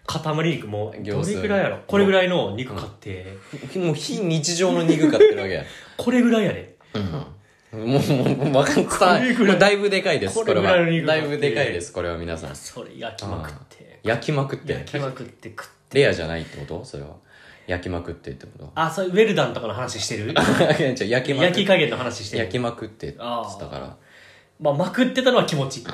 Speaker 1: 塊肉も
Speaker 2: 業
Speaker 1: ど
Speaker 2: 数
Speaker 1: れぐらいやろこれぐらいの肉買って、
Speaker 2: うんもう非日常の肉買ってるわけや
Speaker 1: これぐらいやで
Speaker 2: うんもうもうもう分か
Speaker 1: これ
Speaker 2: った
Speaker 1: ぐらい
Speaker 2: もうだいぶでかいですこ
Speaker 1: こ
Speaker 2: れ
Speaker 1: れぐ
Speaker 2: は
Speaker 1: らいの肉
Speaker 2: だ
Speaker 1: 買
Speaker 2: い
Speaker 1: って
Speaker 2: ぶでかいですこれは皆さん
Speaker 1: それ焼きまくって
Speaker 2: 焼きまくって
Speaker 1: 焼きまくって食って
Speaker 2: レアじゃないってことそれは焼きまくってってこと
Speaker 1: あそれウェルダンとかの話してる
Speaker 2: いや違う焼きまくっ
Speaker 1: 焼き加減の話してる
Speaker 2: 焼きまくってっつったから
Speaker 1: まあ、まくってたのは気持
Speaker 2: [laughs]
Speaker 1: ち気持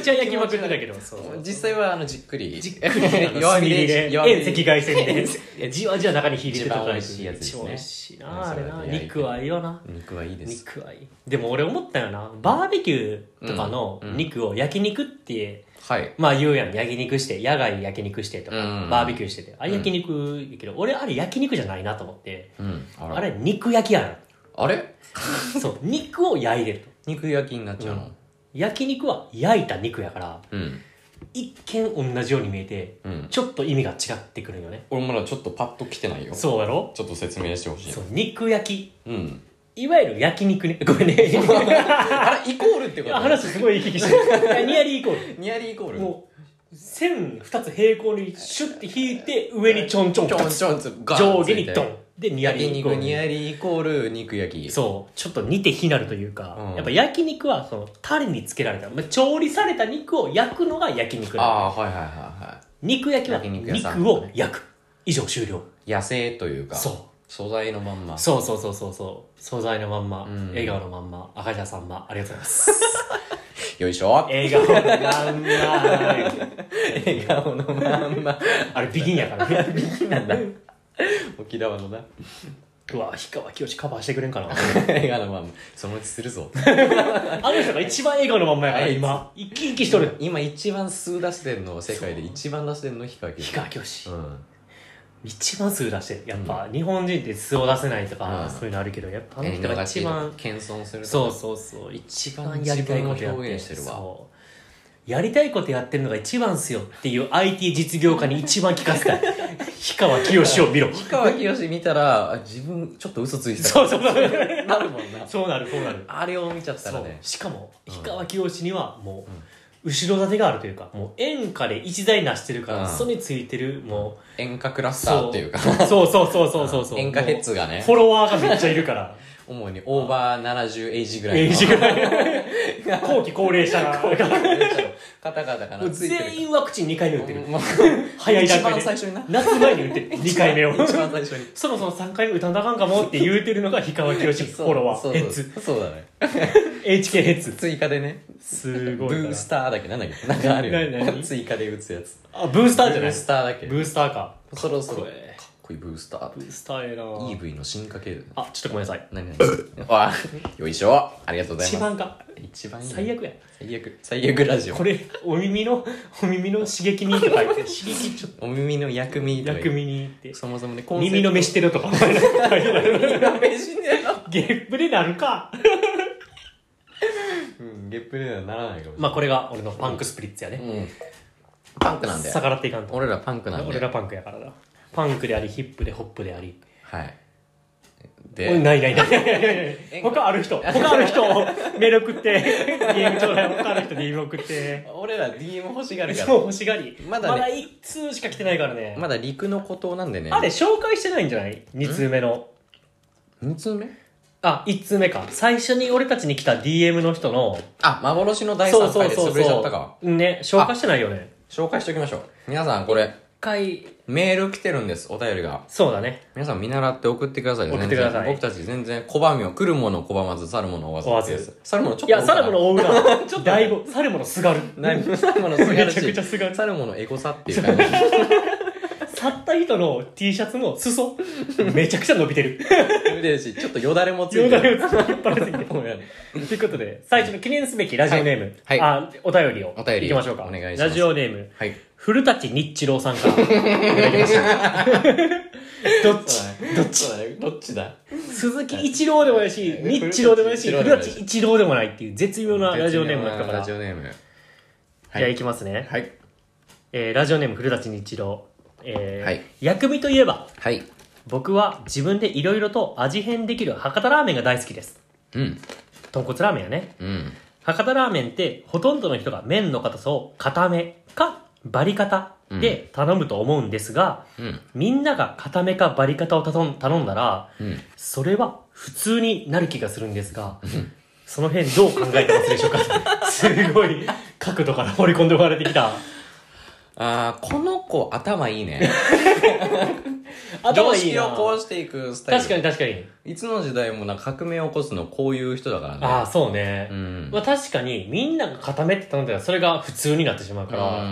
Speaker 1: ちは焼きまくってたけどそう
Speaker 2: 実際はあのじっくり
Speaker 1: じっくり
Speaker 2: [laughs]
Speaker 1: あの
Speaker 2: 弱
Speaker 1: 炭
Speaker 2: 火
Speaker 1: 火
Speaker 2: で
Speaker 1: で
Speaker 2: 弱火で
Speaker 1: 遠赤外線でいやじわじわ中に火入れ
Speaker 2: 一
Speaker 1: て
Speaker 2: 番
Speaker 1: た
Speaker 2: 美味しいやつですね
Speaker 1: 美味しい
Speaker 2: うん
Speaker 1: なあれな
Speaker 2: それで焼いて
Speaker 1: 肉はいいよな
Speaker 2: 肉はいいです
Speaker 1: 肉はいいでも俺思ったよなバーベキューとかの
Speaker 2: うんうん
Speaker 1: 肉を焼肉って
Speaker 2: はい
Speaker 1: まあ言うやん焼肉して野外焼肉してとか
Speaker 2: うん
Speaker 1: バーベキューしててあれ焼肉やけど俺あれ焼肉じゃないなと思って
Speaker 2: うんあら
Speaker 1: あれ肉焼きや
Speaker 2: あれ
Speaker 1: な [laughs] そう肉を焼いてると
Speaker 2: 肉焼きになっちゃうの
Speaker 1: 焼肉は焼いた肉やから
Speaker 2: うん
Speaker 1: 一見同じように見えて
Speaker 2: うん
Speaker 1: ちょっと意味が違ってくるよね
Speaker 2: 俺まだちょっとパッと来てないよ
Speaker 1: そうやろ
Speaker 2: ちょっと説明してほしい
Speaker 1: そう肉焼
Speaker 2: [laughs] うん
Speaker 1: きいわゆる焼肉ね [laughs] ごめんね
Speaker 2: あれイコールってこ [laughs]
Speaker 1: あ
Speaker 2: と
Speaker 1: 話すごい行き来してるいやニアリーイコー
Speaker 2: ニアリーイコー
Speaker 1: ル
Speaker 2: ル
Speaker 1: もう線2つ平行にシュッて引いて上にちょんちょん
Speaker 2: ちょ
Speaker 1: 2
Speaker 2: ん
Speaker 1: つ
Speaker 2: ちょんつガー
Speaker 1: 上
Speaker 2: ンつ
Speaker 1: 下
Speaker 2: い
Speaker 1: に
Speaker 2: て
Speaker 1: ドンでニアリ
Speaker 2: 焼
Speaker 1: ーイコ
Speaker 2: 肉ニ
Speaker 1: ー
Speaker 2: アリーイコール肉焼き
Speaker 1: ルそうちょっと似て非なるというか、
Speaker 2: うん
Speaker 1: やっぱ焼肉はそのタレにつけられた、まあ、調理された肉を焼くのが焼肉なの
Speaker 2: ああーはいはいはいは
Speaker 1: 肉焼きは
Speaker 2: 焼肉屋さん
Speaker 1: 肉を焼く以上終了
Speaker 2: い野生というか
Speaker 1: そう
Speaker 2: 素材のまんま
Speaker 1: そうそうそうそうそう素材のまんま、
Speaker 2: うん
Speaker 1: 笑顔のまんま赤田さんまありがとうございます
Speaker 2: [laughs] よいしょ
Speaker 1: 笑顔のまんま
Speaker 2: 笑顔のまん [laughs] ま
Speaker 1: あれビギンやからね
Speaker 2: [laughs]
Speaker 1: ビギンなんだう
Speaker 2: 沖縄のな
Speaker 1: わ氷川きよしカバーしてくれんかな
Speaker 2: 笑顔のまんまそのうちするぞ
Speaker 1: あの人が一番笑顔のまんまやから
Speaker 2: あいつ
Speaker 1: 今生き生きしとる
Speaker 2: 今一番数出してんの世界で一番出してんのヒカキ
Speaker 1: 氷川きよし、
Speaker 2: うん
Speaker 1: 一番素出してるやっぱ、日本人って素を出せないとか、
Speaker 2: うん
Speaker 1: そういうのあるけどやっぱあの
Speaker 2: 遠
Speaker 1: 人が
Speaker 2: 慮し
Speaker 1: 一
Speaker 2: いと
Speaker 1: 番
Speaker 2: か謙遜する
Speaker 1: そう
Speaker 2: う
Speaker 1: そうそう一
Speaker 2: 番
Speaker 1: 番やりたいこと
Speaker 2: 自
Speaker 1: や
Speaker 2: 分を
Speaker 1: って
Speaker 2: 表
Speaker 1: る
Speaker 2: 現してるわ
Speaker 1: そうやりたいことやってるのが一番っすよっていう IT 実業家に一番聞かせたい氷川きよしを見 [laughs] ろ
Speaker 2: 氷川きよし見たらあ自分ちょっと嘘ついてた
Speaker 1: そうそうそう
Speaker 2: なるもんな
Speaker 1: そうなるそうなる
Speaker 2: あれを見ちゃった
Speaker 1: そ
Speaker 2: ら
Speaker 1: う
Speaker 2: ね
Speaker 1: しかも
Speaker 2: うん
Speaker 1: 氷川きよしにはもう後ろ盾があるというかもう演歌で一材なしてるから、
Speaker 2: うん
Speaker 1: それについてるもう
Speaker 2: 演歌クラスタ
Speaker 1: そ
Speaker 2: ーっていうか
Speaker 1: そうそうそうそうそうそう
Speaker 2: 演歌ヘッズが
Speaker 1: もう
Speaker 2: ね
Speaker 1: フォロワーがめっちゃいるから
Speaker 2: 主にオーバー70エイジぐらい
Speaker 1: エ
Speaker 2: の
Speaker 1: [laughs] イジぐらい後期高齢者が
Speaker 2: 方々かな
Speaker 1: もう
Speaker 2: ついてる
Speaker 1: 全員ワクチン2回目打ってる
Speaker 2: もう
Speaker 1: 早い段階で
Speaker 2: 一番最初にな
Speaker 1: 夏前に打ってる2回目を
Speaker 2: 一番最初に
Speaker 1: そもそも3回目打たなあかんかもって言うてるのが氷川きよしフォロワ
Speaker 2: そ
Speaker 1: ー
Speaker 2: う
Speaker 1: ヘッズ
Speaker 2: そうだね
Speaker 1: HK ヘッズ
Speaker 2: 追加でね
Speaker 1: す
Speaker 2: ブ
Speaker 1: ごいか
Speaker 2: ー
Speaker 1: ら
Speaker 2: スターだっけなんだっけなんかあるよ、
Speaker 1: [laughs] 何
Speaker 2: ね、
Speaker 1: 何
Speaker 2: 追加で打つやつ
Speaker 1: あブースターじゃ
Speaker 2: ブ
Speaker 1: ない
Speaker 2: ースターだっけ
Speaker 1: ブースターか
Speaker 2: そろそろ
Speaker 1: かっこええ
Speaker 2: かっこいいブースター
Speaker 1: ブースターええな
Speaker 2: EV の進化系だよ
Speaker 1: あちょっとごめんなさい
Speaker 2: 何何わよいしょありがとうござい
Speaker 1: 一
Speaker 2: ます
Speaker 1: 番か
Speaker 2: 一番いいね
Speaker 1: 最悪や
Speaker 2: 最悪最悪ラジオ
Speaker 1: これお耳のお耳の刺激にとか言って刺激ちょっと
Speaker 2: お耳の薬味とか
Speaker 1: 薬味にって
Speaker 2: そもそもねコンセプト
Speaker 1: 耳の飯テロとか
Speaker 2: 耳の飯ね
Speaker 1: [laughs] ゲップでなるか
Speaker 2: うんゲップではならないかもしれない
Speaker 1: まあこれが俺のパンクスプリッツやね
Speaker 2: うんパンクなんだよ
Speaker 1: 逆らっていかんと
Speaker 2: 俺らパンクなん
Speaker 1: 俺
Speaker 2: だよ
Speaker 1: がパンクやからなパンクでありヒップでホップであり
Speaker 2: はい
Speaker 1: おい
Speaker 2: で
Speaker 1: ないないないないないない他ある人他ある人メール送って DM ちょうだい他ある人 DM 送って
Speaker 2: 俺ら DM 欲しがるか
Speaker 1: そう
Speaker 2: ら
Speaker 1: 欲しがり
Speaker 2: まだね
Speaker 1: まだ1通しか来てないからね
Speaker 2: まだ陸の孤島なんでね
Speaker 1: あれ紹介してないんじゃない2通目の
Speaker 2: 2通目
Speaker 1: あ1通目か最初に俺たちに来た DM の人の
Speaker 2: あ幻の第3回で潰れちゃったか
Speaker 1: ね紹介してないよね
Speaker 2: 紹介しておきましょう皆さんこれ
Speaker 1: 回
Speaker 2: メール来てるんですお便りが
Speaker 1: そうだね
Speaker 2: 皆さん見習って送ってください
Speaker 1: 送ってくださ
Speaker 2: 全
Speaker 1: い
Speaker 2: 然僕たち全然拒みを来るもの拒まず去るもの追わずです去るものちょっと
Speaker 1: いやサルモ
Speaker 2: 多
Speaker 1: の大
Speaker 2: [laughs]
Speaker 1: 浦ちょっとだいぶサルモのすがる
Speaker 2: いからだいぶ去るものすがる
Speaker 1: めちゃくちゃすが
Speaker 2: し
Speaker 1: る
Speaker 2: 去るものエゴサっていう感じ
Speaker 1: 去った人の T シャツの裾めちゃくちゃ伸びてる
Speaker 2: 嬉しいちょっとよだれもついて
Speaker 1: よだれ
Speaker 2: る
Speaker 1: を引っ張りすぎ
Speaker 2: [laughs]
Speaker 1: てということで最初の記念すべきラジオネーム、
Speaker 2: はい
Speaker 1: あお便りを
Speaker 2: お便り
Speaker 1: いきましょうか
Speaker 2: お願いします
Speaker 1: ラジオネーム
Speaker 2: はい
Speaker 1: 古舘日郎さんからいただきました
Speaker 2: [laughs]
Speaker 1: どっち
Speaker 2: どっちだどっちだ
Speaker 1: 鈴木一郎でもないし、
Speaker 2: はい
Speaker 1: 日一郎でもないし、
Speaker 2: 古舘
Speaker 1: 古舘一郎でもないっていう絶妙なラジオネームだったから。
Speaker 2: ラ
Speaker 1: じ
Speaker 2: ジ
Speaker 1: ゃ
Speaker 2: オネーム
Speaker 1: あ
Speaker 2: はい
Speaker 1: 行きますね。
Speaker 2: はい
Speaker 1: えーラジオネーム古舘日郎。えー
Speaker 2: はい
Speaker 1: 薬味といえば、
Speaker 2: はい
Speaker 1: 僕は自分でいろいろと味変できる博多ラーメンが大好きです。
Speaker 2: うん
Speaker 1: 豚骨ラーメンやね。
Speaker 2: うん
Speaker 1: 博多ラーメンって、ほとんどの人が麺の硬さを固めかバリ固で頼むと思うんですが、
Speaker 2: うん
Speaker 1: みんなが固めかバリ固を頼ん頼んだら、
Speaker 2: うん
Speaker 1: それは普通になる気がするんですが、その辺どう考えてますでしょ
Speaker 2: [laughs]
Speaker 1: うかすごい角度から掘り込んでおられてきた。
Speaker 2: ああこの子頭いい
Speaker 1: [laughs]
Speaker 2: ね常識をこうしていくスタイル
Speaker 1: 確かに確かに。
Speaker 2: いつの時代もなんか革命を起こすのこういう人だからね
Speaker 1: ああ、そうね。
Speaker 2: うん
Speaker 1: まあ確かに、みんなが固めって頼んだらそれが普通になってしまうから、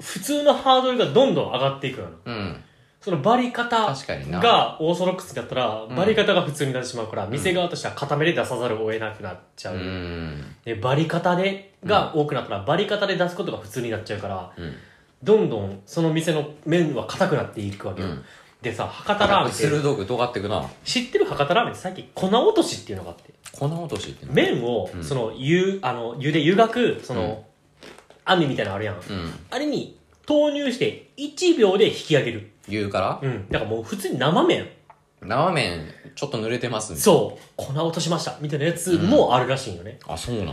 Speaker 1: 普通のハードルがどんどん上がっていくのよ
Speaker 2: うん、うん、
Speaker 1: そのバリ方
Speaker 2: 確かにな
Speaker 1: がオーソドックスだったら、
Speaker 2: ん
Speaker 1: バリ方が普通になってしまうから、店側としては固めで出さざるを得なくなっちゃ
Speaker 2: う
Speaker 1: う。
Speaker 2: ん
Speaker 1: で、バリ方で、が多くなったら、バリ方で出すことが普通になっちゃうから、
Speaker 2: うん
Speaker 1: どんどんその店の麺は硬くなっていくわけよ、
Speaker 2: うん
Speaker 1: でさ博多ラーメンって
Speaker 2: 鋭く尖ってくな
Speaker 1: 知ってる博多ラーメンって最近粉落としっていうのがあって
Speaker 2: 粉落としってね
Speaker 1: 麺を
Speaker 2: うん
Speaker 1: その湯、あの湯で湯がくその、網みたいなのあるやん、
Speaker 2: うん
Speaker 1: あれに投入して1秒で引き上げる
Speaker 2: 言うから
Speaker 1: うんだからもう普通に生麺
Speaker 2: 生麺ちょっと濡れてますね
Speaker 1: そう粉落としましたみたいなやつもあるらしいんよね、 [laughs]
Speaker 2: あそうなの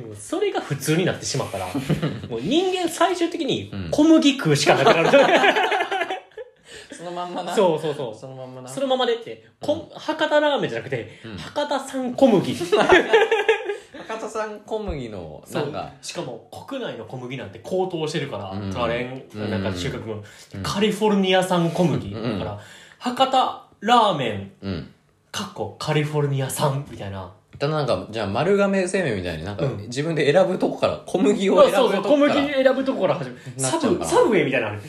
Speaker 1: もうそれが普通になってし
Speaker 2: [laughs]
Speaker 1: まうからもう人間最終的に
Speaker 2: うん
Speaker 1: 小麦食うしかなくな
Speaker 2: [laughs]
Speaker 1: る、
Speaker 2: そのまんまな
Speaker 1: そうそうそう
Speaker 2: そのまんまな
Speaker 1: そのままでって、こん、博多ラーメンじゃなくて、
Speaker 2: うん
Speaker 1: 博多産小麦
Speaker 2: 博多産小麦の
Speaker 1: そ
Speaker 2: なん
Speaker 1: う
Speaker 2: か
Speaker 1: しかも国内の小麦なんて高騰してるから、
Speaker 2: うん
Speaker 1: 取られんなんか収穫も、
Speaker 2: うん
Speaker 1: カリフォルニア産小麦、
Speaker 2: うん
Speaker 1: だから博多ラーメン
Speaker 2: うん
Speaker 1: かっこカリフォルニア産みたいな
Speaker 2: だなんかじゃあ丸亀製麺みたいになんか
Speaker 1: うん
Speaker 2: 自分で選ぶとこから小麦を選
Speaker 1: そう
Speaker 2: ぶ
Speaker 1: そう
Speaker 2: と
Speaker 1: 小
Speaker 2: こか
Speaker 1: 麦
Speaker 2: ら
Speaker 1: 選ぶとこから始める
Speaker 2: な
Speaker 1: サ
Speaker 2: っちゃうか
Speaker 1: ブ
Speaker 2: ら
Speaker 1: サブウェイみたいなのある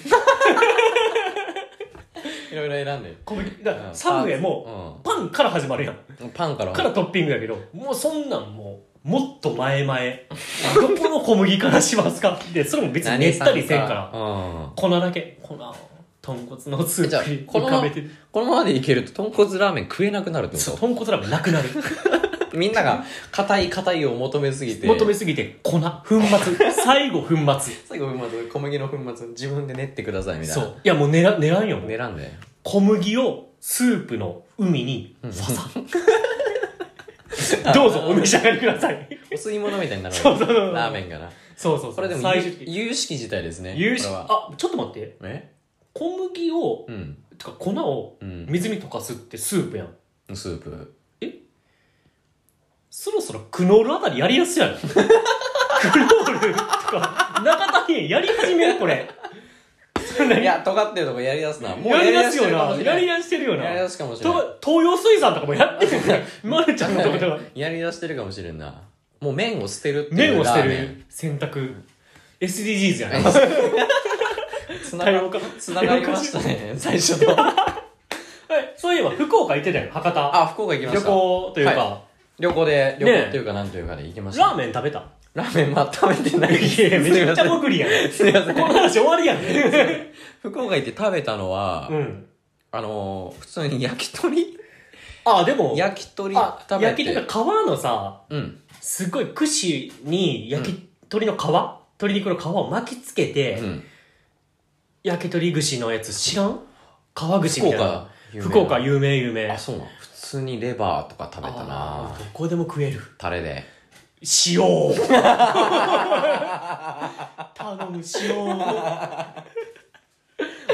Speaker 2: いろいろ選んで
Speaker 1: 小麦だから
Speaker 2: うん
Speaker 1: サブウェイもパンから始まるやん
Speaker 2: うんパンから
Speaker 1: からトッピングだけどもうそんなんもうもっと前々どこの小麦からしますかでそれも別に練ったりせんから
Speaker 2: うん
Speaker 1: 粉だけ粉を豚骨のス
Speaker 2: じゃ
Speaker 1: ー
Speaker 2: あ
Speaker 1: プに
Speaker 2: この
Speaker 1: 浮かべてる
Speaker 2: このままでいけると豚骨ラーメン食えなくなるって
Speaker 1: そう
Speaker 2: こ
Speaker 1: 豚骨ラーメンなくなる
Speaker 2: とみんなが硬い硬いを求めすぎて
Speaker 1: 求めすぎて粉粉末最後粉末
Speaker 2: 最後粉末小麦の粉末自分で練ってくださいみたい
Speaker 1: そ
Speaker 2: な
Speaker 1: ういやもう狙狙うよもう
Speaker 2: 練らんで
Speaker 1: 小麦をスープの海にファサどうぞお召し上がりください
Speaker 2: お吸い物みたいになる
Speaker 1: そうそうそう
Speaker 2: ラーメンがな
Speaker 1: そうそう
Speaker 2: これでも
Speaker 1: 最終的に
Speaker 2: 有有識自体ですね
Speaker 1: 有識
Speaker 2: これは
Speaker 1: あちょっと待って
Speaker 2: え
Speaker 1: 小麦を
Speaker 2: うん
Speaker 1: てか粉を
Speaker 2: うん
Speaker 1: 水に溶かすってスープやん
Speaker 2: スープ
Speaker 1: そろそろクノールあたりやりやすいやろ [laughs] クノールとか中谷園やり始めるこ [laughs] れ
Speaker 2: いや尖ってるとこやりだすなもう
Speaker 1: やりだすよなやり
Speaker 2: だ
Speaker 1: だしてるよな
Speaker 2: やりだすかもしれ
Speaker 1: と
Speaker 2: ない
Speaker 1: 東洋水産とかもやってるよ
Speaker 2: [laughs]
Speaker 1: ねまるちゃんのとことか
Speaker 2: やりだしてるかもしれんなもう麺を捨てるっていう
Speaker 1: 麺を捨て
Speaker 2: ラーメン
Speaker 1: る選択 SDGs やな [laughs]
Speaker 2: [laughs] つなが
Speaker 1: 多様化
Speaker 2: つながりましたね最初の
Speaker 1: はいそういえば福岡行ってたよ博多
Speaker 2: あ福岡行きま
Speaker 1: 旅
Speaker 2: した
Speaker 1: 行というか、
Speaker 2: 旅行で旅
Speaker 1: ねえ
Speaker 2: 行っていうかなんというかで行きました
Speaker 1: ラーメン食べた
Speaker 2: ラーメンまあ食べてない
Speaker 1: いやめちゃくちゃ潜りやん
Speaker 2: すいません
Speaker 1: この話終わりやん
Speaker 2: 福岡行って食べたのは、
Speaker 1: うん
Speaker 2: あのー普通に焼き鳥
Speaker 1: あでも
Speaker 2: 焼き鳥
Speaker 1: あ
Speaker 2: 食べ
Speaker 1: 焼
Speaker 2: て
Speaker 1: き鳥の皮のさ
Speaker 2: うん
Speaker 1: すごい串に焼き鳥の皮、鶏肉の皮を巻きつけて、
Speaker 2: うん
Speaker 1: 焼き鳥串のやつ知らん皮串
Speaker 2: 福
Speaker 1: みたい
Speaker 2: 岡
Speaker 1: な
Speaker 2: 有名な
Speaker 1: 福岡有名有名
Speaker 2: あそうなの普通にレバーとか食べた
Speaker 1: あ
Speaker 2: な
Speaker 1: ーどこでも食える
Speaker 2: タレで [laughs]
Speaker 1: 塩頼む
Speaker 2: [laughs]
Speaker 1: 塩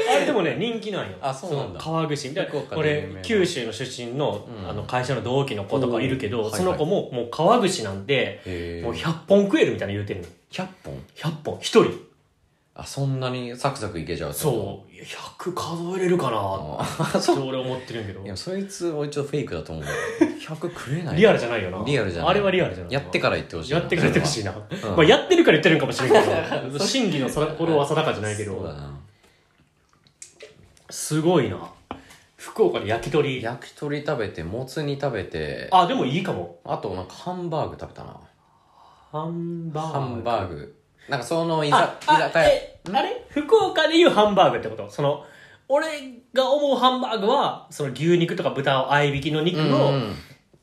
Speaker 1: あれでもね人気なんよ
Speaker 2: あそうなんだ
Speaker 1: その皮串みたい
Speaker 2: 福
Speaker 1: な
Speaker 2: 岡で有名
Speaker 1: 俺
Speaker 2: な
Speaker 1: 九州の出身の,、
Speaker 2: うん
Speaker 1: あの会社の同期の子とかいるけど、
Speaker 2: おー
Speaker 1: その子も、もう皮串なんて
Speaker 2: へえ
Speaker 1: もう100本食えるみたいな言うてるの
Speaker 2: 100本
Speaker 1: 100本1人
Speaker 2: あそんなにサクサクいけちゃう
Speaker 1: そういや100数えれるかな
Speaker 2: あ
Speaker 1: って俺思ってるんやけど
Speaker 2: いやそいつ俺ちょっとフェイクだと思う100食えない
Speaker 1: リアルじゃないよな
Speaker 2: リアルじゃない
Speaker 1: あれはリアルじゃない
Speaker 2: やってから言ってほしい
Speaker 1: やってくれてほしい
Speaker 2: い
Speaker 1: な、
Speaker 2: ん
Speaker 1: まあ、やってるから言ってるんかもしれんけ
Speaker 2: [laughs]
Speaker 1: ど真偽のそれこれは定かじゃないけ
Speaker 2: そうだ
Speaker 1: ど
Speaker 2: な
Speaker 1: すごいな福岡で焼き鳥
Speaker 2: 焼き鳥食べてもつ煮食べてあ
Speaker 1: あでもいいかも
Speaker 2: となんかハンバーグ食べたな
Speaker 1: ハンバーグ
Speaker 2: ハンバーグなんかその居
Speaker 1: あ
Speaker 2: ざ居
Speaker 1: あ
Speaker 2: 酒屋
Speaker 1: えあれ福岡でいうハンバーグってことその俺が思うハンバーグはその牛肉とか豚を合いびきの肉
Speaker 2: うんうんう
Speaker 1: を
Speaker 2: ん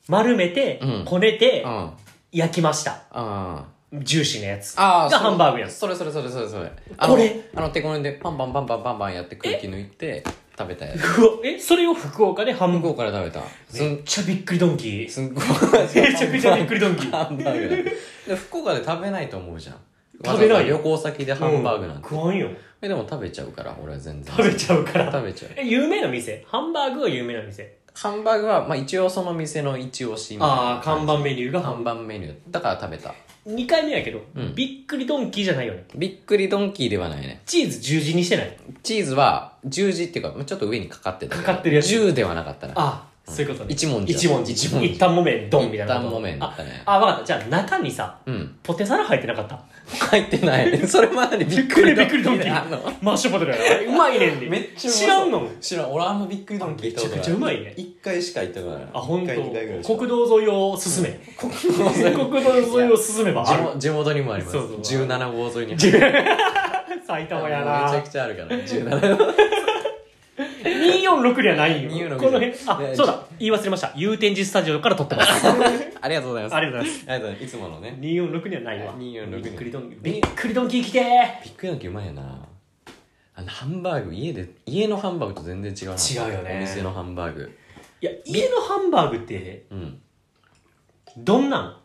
Speaker 1: 丸めて、
Speaker 2: うん
Speaker 1: こねて
Speaker 2: あ
Speaker 1: 焼きました
Speaker 2: あ
Speaker 1: ジューシーなやつ
Speaker 2: ああ
Speaker 1: がハンバーグやん
Speaker 2: それそれそれそれそれ
Speaker 1: これ
Speaker 2: あの手こねでパンパンパンパンパンパンやって空気抜いて食べたやつ
Speaker 1: ふおえそれを福岡でハ
Speaker 2: 向
Speaker 1: ンバ
Speaker 2: こ
Speaker 1: ー
Speaker 2: うから食べた
Speaker 1: グ
Speaker 2: す
Speaker 1: め
Speaker 2: ん
Speaker 1: っちゃびっくりドンキー
Speaker 2: すんごい
Speaker 1: めちゃくちゃびっくりドンキー
Speaker 2: ハンバーグ
Speaker 1: [laughs]
Speaker 2: だで福岡で食べないと思うじゃん
Speaker 1: 食べない
Speaker 2: わざ
Speaker 1: よ
Speaker 2: わざ旅行先でハンバーグなんて、
Speaker 1: うん食わんよ
Speaker 2: えでも食べちゃうから俺は全然
Speaker 1: 食べちゃうから
Speaker 2: 食べちゃう
Speaker 1: え有名な店ハンバーグは有名な店
Speaker 2: ハンバーグは、まあ、一応その店の一押しみたいな
Speaker 1: ああ看板メニューがハン
Speaker 2: 看板メニューだから食べた
Speaker 1: 2回目やけど、
Speaker 2: うん
Speaker 1: びっくりドンキーじゃないよね
Speaker 2: びっくりドンキーではないね
Speaker 1: チーズ十字にしてない
Speaker 2: チーズは十字っていうかまあちょっと上にかかってたけど
Speaker 1: かかってるやつ
Speaker 2: 十ではなかったね
Speaker 1: あそういうことね
Speaker 2: 一文字
Speaker 1: 一文字
Speaker 2: 一文字
Speaker 1: 一旦もめんドンみたいなこと
Speaker 2: 一旦木綿だったね
Speaker 1: ああ分かったじゃあ中にさ
Speaker 2: うん
Speaker 1: ポテサラ入ってなかった
Speaker 2: 入ってない [laughs] それまでにびっくり
Speaker 1: びっくりドンキ
Speaker 2: あ
Speaker 1: ー
Speaker 2: の
Speaker 1: マッシュポテトやろうまいねんで
Speaker 2: めっちゃうまそう
Speaker 1: 知らんの
Speaker 2: 知らん俺あんまびっくりドンキー行ったことない
Speaker 1: めちゃくちゃうまいね
Speaker 2: 一回しか行ったことない
Speaker 1: あ本当
Speaker 2: 一回二回ぐらいしか
Speaker 1: 国道沿いを進め国道沿いを進めば
Speaker 2: 地
Speaker 1: ある
Speaker 2: 元地元にもあります
Speaker 1: そうそう
Speaker 2: 17号沿いに
Speaker 1: 埼
Speaker 2: あの
Speaker 1: 玉や
Speaker 2: めちゃ
Speaker 1: な
Speaker 2: くちゃあるから17号
Speaker 1: [laughs] 246じゃないよ
Speaker 2: 246
Speaker 1: この辺
Speaker 2: い
Speaker 1: あ
Speaker 2: や
Speaker 1: そうだ言い忘れました祐天寺スタジオから撮ってます
Speaker 2: ありがとうございます
Speaker 1: ありがとうございます
Speaker 2: ありがとうございますいつものね
Speaker 1: 246にはないわ
Speaker 2: 246
Speaker 1: びっくりドンキーびっくりドンキー来て
Speaker 2: びっくりドンキーうまいよなあのハンバーグ家で家のハンバーグと全然違うな
Speaker 1: 違うよね
Speaker 2: お店のハンバーグ
Speaker 1: いや家のハンバーグって
Speaker 2: うん
Speaker 1: どんなん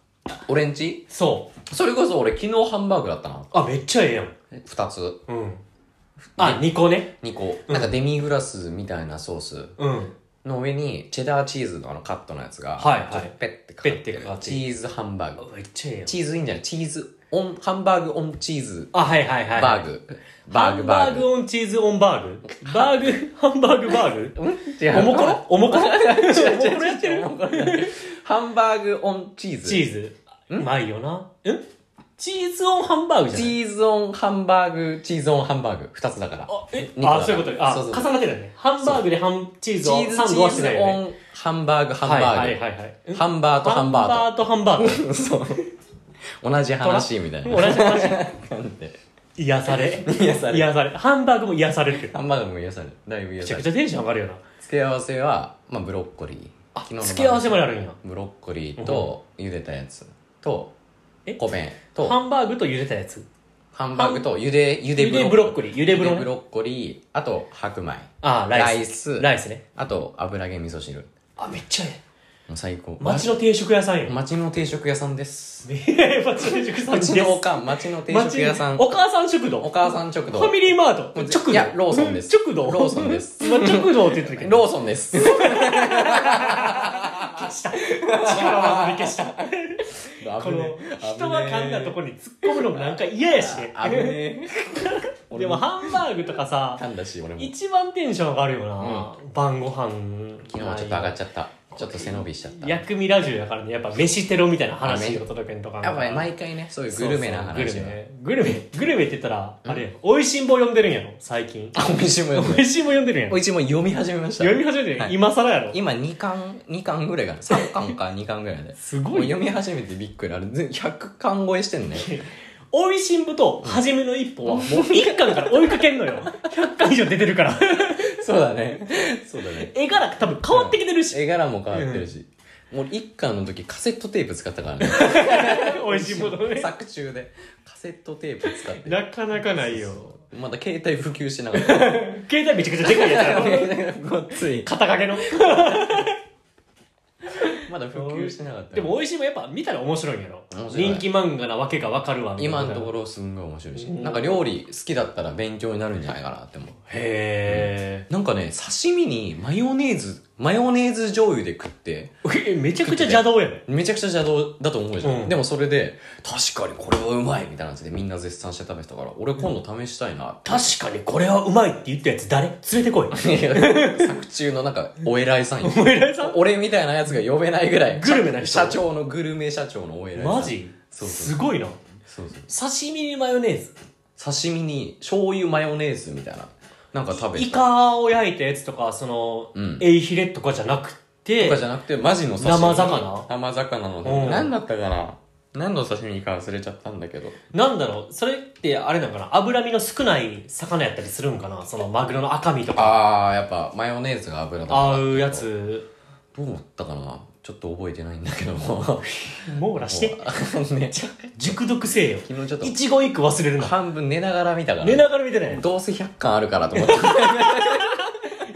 Speaker 2: 俺んち
Speaker 1: そう
Speaker 2: それこそ俺昨日ハンバーグだったな
Speaker 1: あめっちゃええやん
Speaker 2: え2つ
Speaker 1: うんあ2個ね
Speaker 2: 2個
Speaker 1: うん
Speaker 2: なんかデミグラスみたいなソース
Speaker 1: うん
Speaker 2: の上にチェダーチーズのあのカットのやつが
Speaker 1: はいはい
Speaker 2: ちょっとペッてかかって
Speaker 1: ペッて
Speaker 2: る
Speaker 1: かかって
Speaker 2: チーズハンバーグ
Speaker 1: めっちゃええやん
Speaker 2: チーズいいんじゃないチーズオンハンバーグオンチーズ
Speaker 1: あはいはいはい
Speaker 2: バーグバー
Speaker 1: ハ
Speaker 2: グ
Speaker 1: ン
Speaker 2: バ
Speaker 1: バ
Speaker 2: ー
Speaker 1: ー
Speaker 2: グ
Speaker 1: グオンチーズオンバーグバーグハンバーグバーグ
Speaker 2: うん違う
Speaker 1: おもころおもこ [laughs] ろおもころやってる
Speaker 2: ハンバーグオンチーズ
Speaker 1: チーズうまいよなうんチーズオンハンバーグ
Speaker 2: チ
Speaker 1: じゃない
Speaker 2: ーズオンハンバーグチーズオンハンバーグ2つだから
Speaker 1: あえ
Speaker 2: 肉だ
Speaker 1: あそういうことあ
Speaker 2: そうそう
Speaker 1: 重なってたよねハンバーグでハンチー
Speaker 2: チ
Speaker 1: ズを
Speaker 2: ーズチ
Speaker 1: サンドは
Speaker 2: ー
Speaker 1: して
Speaker 2: ズ
Speaker 1: ないよ
Speaker 2: オ
Speaker 1: ね
Speaker 2: ンハンバーグハンバーグ、
Speaker 1: はいはいはいはいうん
Speaker 2: ハンバーとハンバー
Speaker 1: ーとハンバーグ
Speaker 2: グ [laughs] そう同じ話みたい
Speaker 1: [laughs] もう
Speaker 2: な
Speaker 1: 同じ話
Speaker 2: なんで
Speaker 1: 癒され
Speaker 2: 癒され
Speaker 1: 癒されハンバーグも癒されるけど
Speaker 2: ハンバーグも癒されるだいぶ癒
Speaker 1: めち
Speaker 2: さ
Speaker 1: ゃ
Speaker 2: れ
Speaker 1: く
Speaker 2: る
Speaker 1: ちゃテンション上がるよな
Speaker 2: 付け合わせは、まあ、ブロッコリー
Speaker 1: あ
Speaker 2: の
Speaker 1: 付け合わせまであるんや
Speaker 2: ブロッコリーと茹でたやつと
Speaker 1: え
Speaker 2: 米と
Speaker 1: ハンバーグと茹でたやつ
Speaker 2: ハンバーグと茹で茹で
Speaker 1: ゆ
Speaker 2: ブロ
Speaker 1: で
Speaker 2: ッ
Speaker 1: ブ
Speaker 2: コ
Speaker 1: ロッコリーゆで
Speaker 2: リー
Speaker 1: ブロ
Speaker 2: ゆでブ
Speaker 1: ね
Speaker 2: ロッコリーあと白米
Speaker 1: あーライス
Speaker 2: ス
Speaker 1: ライスね
Speaker 2: あと油揚げ味噌汁
Speaker 1: あめっちゃえ
Speaker 2: もう最高
Speaker 1: え町の定食屋さんよ
Speaker 2: 町の定食屋さんです
Speaker 1: [laughs] 町の定食さんです
Speaker 2: 町のおかん町の定食屋さん
Speaker 1: 町お母さん食堂
Speaker 2: お母さん食堂
Speaker 1: ファミリーマート直堂
Speaker 2: いやローソンです
Speaker 1: 直堂
Speaker 2: ローソンです
Speaker 1: まあ直堂って言ってるけど
Speaker 2: [laughs] ローソンです
Speaker 1: 消した力技で消した [laughs] この人が噛んだとこに突っ込むのもなんか嫌やしね
Speaker 2: 危ねえ
Speaker 1: でもハンバーグとかさ
Speaker 2: 噛んだし俺も昨
Speaker 1: 一番テンション上がるよな、晩ご飯
Speaker 2: 日はちょっと上がっちゃったちょっと背伸びしちゃったやっ
Speaker 1: 薬味ラジオやからねやっぱ飯テロみたいな話を届けんとかな
Speaker 2: ぱり毎回ねそういうグルメな話
Speaker 1: そ
Speaker 2: が
Speaker 1: うそうグルメグルメグルメって言ったらあれやおいしんぼ読んでるんやろ最近
Speaker 2: [laughs] あ美味しいもん読ん
Speaker 1: お
Speaker 2: で
Speaker 1: いしんぼ読んでるんや
Speaker 2: お
Speaker 1: ろ
Speaker 2: いしいもん読み始めました
Speaker 1: 読み始めてる、
Speaker 2: はい
Speaker 1: 今更やろ
Speaker 2: 今2巻2巻ぐらいかな3巻か2巻ぐらいですも
Speaker 1: ご
Speaker 2: う
Speaker 1: いよ
Speaker 2: 読み始めてびっく [laughs] りあれ全100巻超えして
Speaker 1: [laughs]
Speaker 2: んね
Speaker 1: おいしんぼと初めの一歩はもう1巻から追いかけんの [laughs] よ100巻以上出てるから
Speaker 2: そうだねそうだね
Speaker 1: 絵柄多分変わってきてるし、
Speaker 2: 絵柄も変わってるし、もう一巻の時カセットテープ使ったからね
Speaker 1: おいしんぼとね
Speaker 2: 作中でカセットテープ使って
Speaker 1: なかなかないよ
Speaker 2: そうまだ携帯普及してなかった
Speaker 1: 携帯めちゃくちゃでかいやつや [laughs] ろ
Speaker 2: [laughs] ごっつい
Speaker 1: 肩掛けの
Speaker 2: まだ普及してなかった
Speaker 1: [laughs] でもおいしいもんやっぱ見たら面白いんやろ
Speaker 2: 面白い
Speaker 1: 人気漫画なわけがわかるわみたいな
Speaker 2: 今のところすんごい面白いし、
Speaker 1: うん
Speaker 2: なんか料理好きだったら勉強になるんじゃないかなって思う
Speaker 1: へえ
Speaker 2: なんかね刺身にマヨネーズマヨネーズ醤油で食って
Speaker 1: えめちゃくちゃ邪道やね
Speaker 2: めちゃくちゃ邪道だと思うじゃん、
Speaker 1: うん
Speaker 2: でもそれで確かにこれはうまいみたいな感じでみんな絶賛して食べてたから俺今度試したいなって、
Speaker 1: 確かにこれはうまいって言ったやつ誰連れてこい
Speaker 2: いや作中のなんかお偉いさんよ
Speaker 1: お偉いさん
Speaker 2: 俺みたいなやつが呼べないぐらい
Speaker 1: グルメな人
Speaker 2: 社長のグルメ社長のお偉いさん
Speaker 1: マジ
Speaker 2: そうそう
Speaker 1: すごいな
Speaker 2: そうそう
Speaker 1: 刺身にマヨネーズ
Speaker 2: 刺身に醤油マヨネーズみたいななんか食べ
Speaker 1: イ
Speaker 2: た
Speaker 1: カを焼いたやつとかその、
Speaker 2: うん
Speaker 1: エイヒレとかじゃなくて
Speaker 2: とかじゃなくてマジの刺身
Speaker 1: 生魚
Speaker 2: 生魚の、
Speaker 1: うん
Speaker 2: 何だったかな何の刺身か忘れちゃったんだけど
Speaker 1: なんだろうそれってあれなのかな脂身の少ない魚やったりするんかなそのマグロの赤身とか
Speaker 2: ああやっぱマヨネーズが油だから
Speaker 1: 合うやつ
Speaker 2: どう思ったかなちょっと覚えてないんだけど
Speaker 1: [laughs]
Speaker 2: も
Speaker 1: 網羅して
Speaker 2: も
Speaker 1: [laughs]
Speaker 2: うね
Speaker 1: 熟読せえよ
Speaker 2: 昨日ちょっと
Speaker 1: 一言一句忘れるな
Speaker 2: 半分寝ながら見たから
Speaker 1: 寝ながら見てね
Speaker 2: どうせ100巻あるからと思って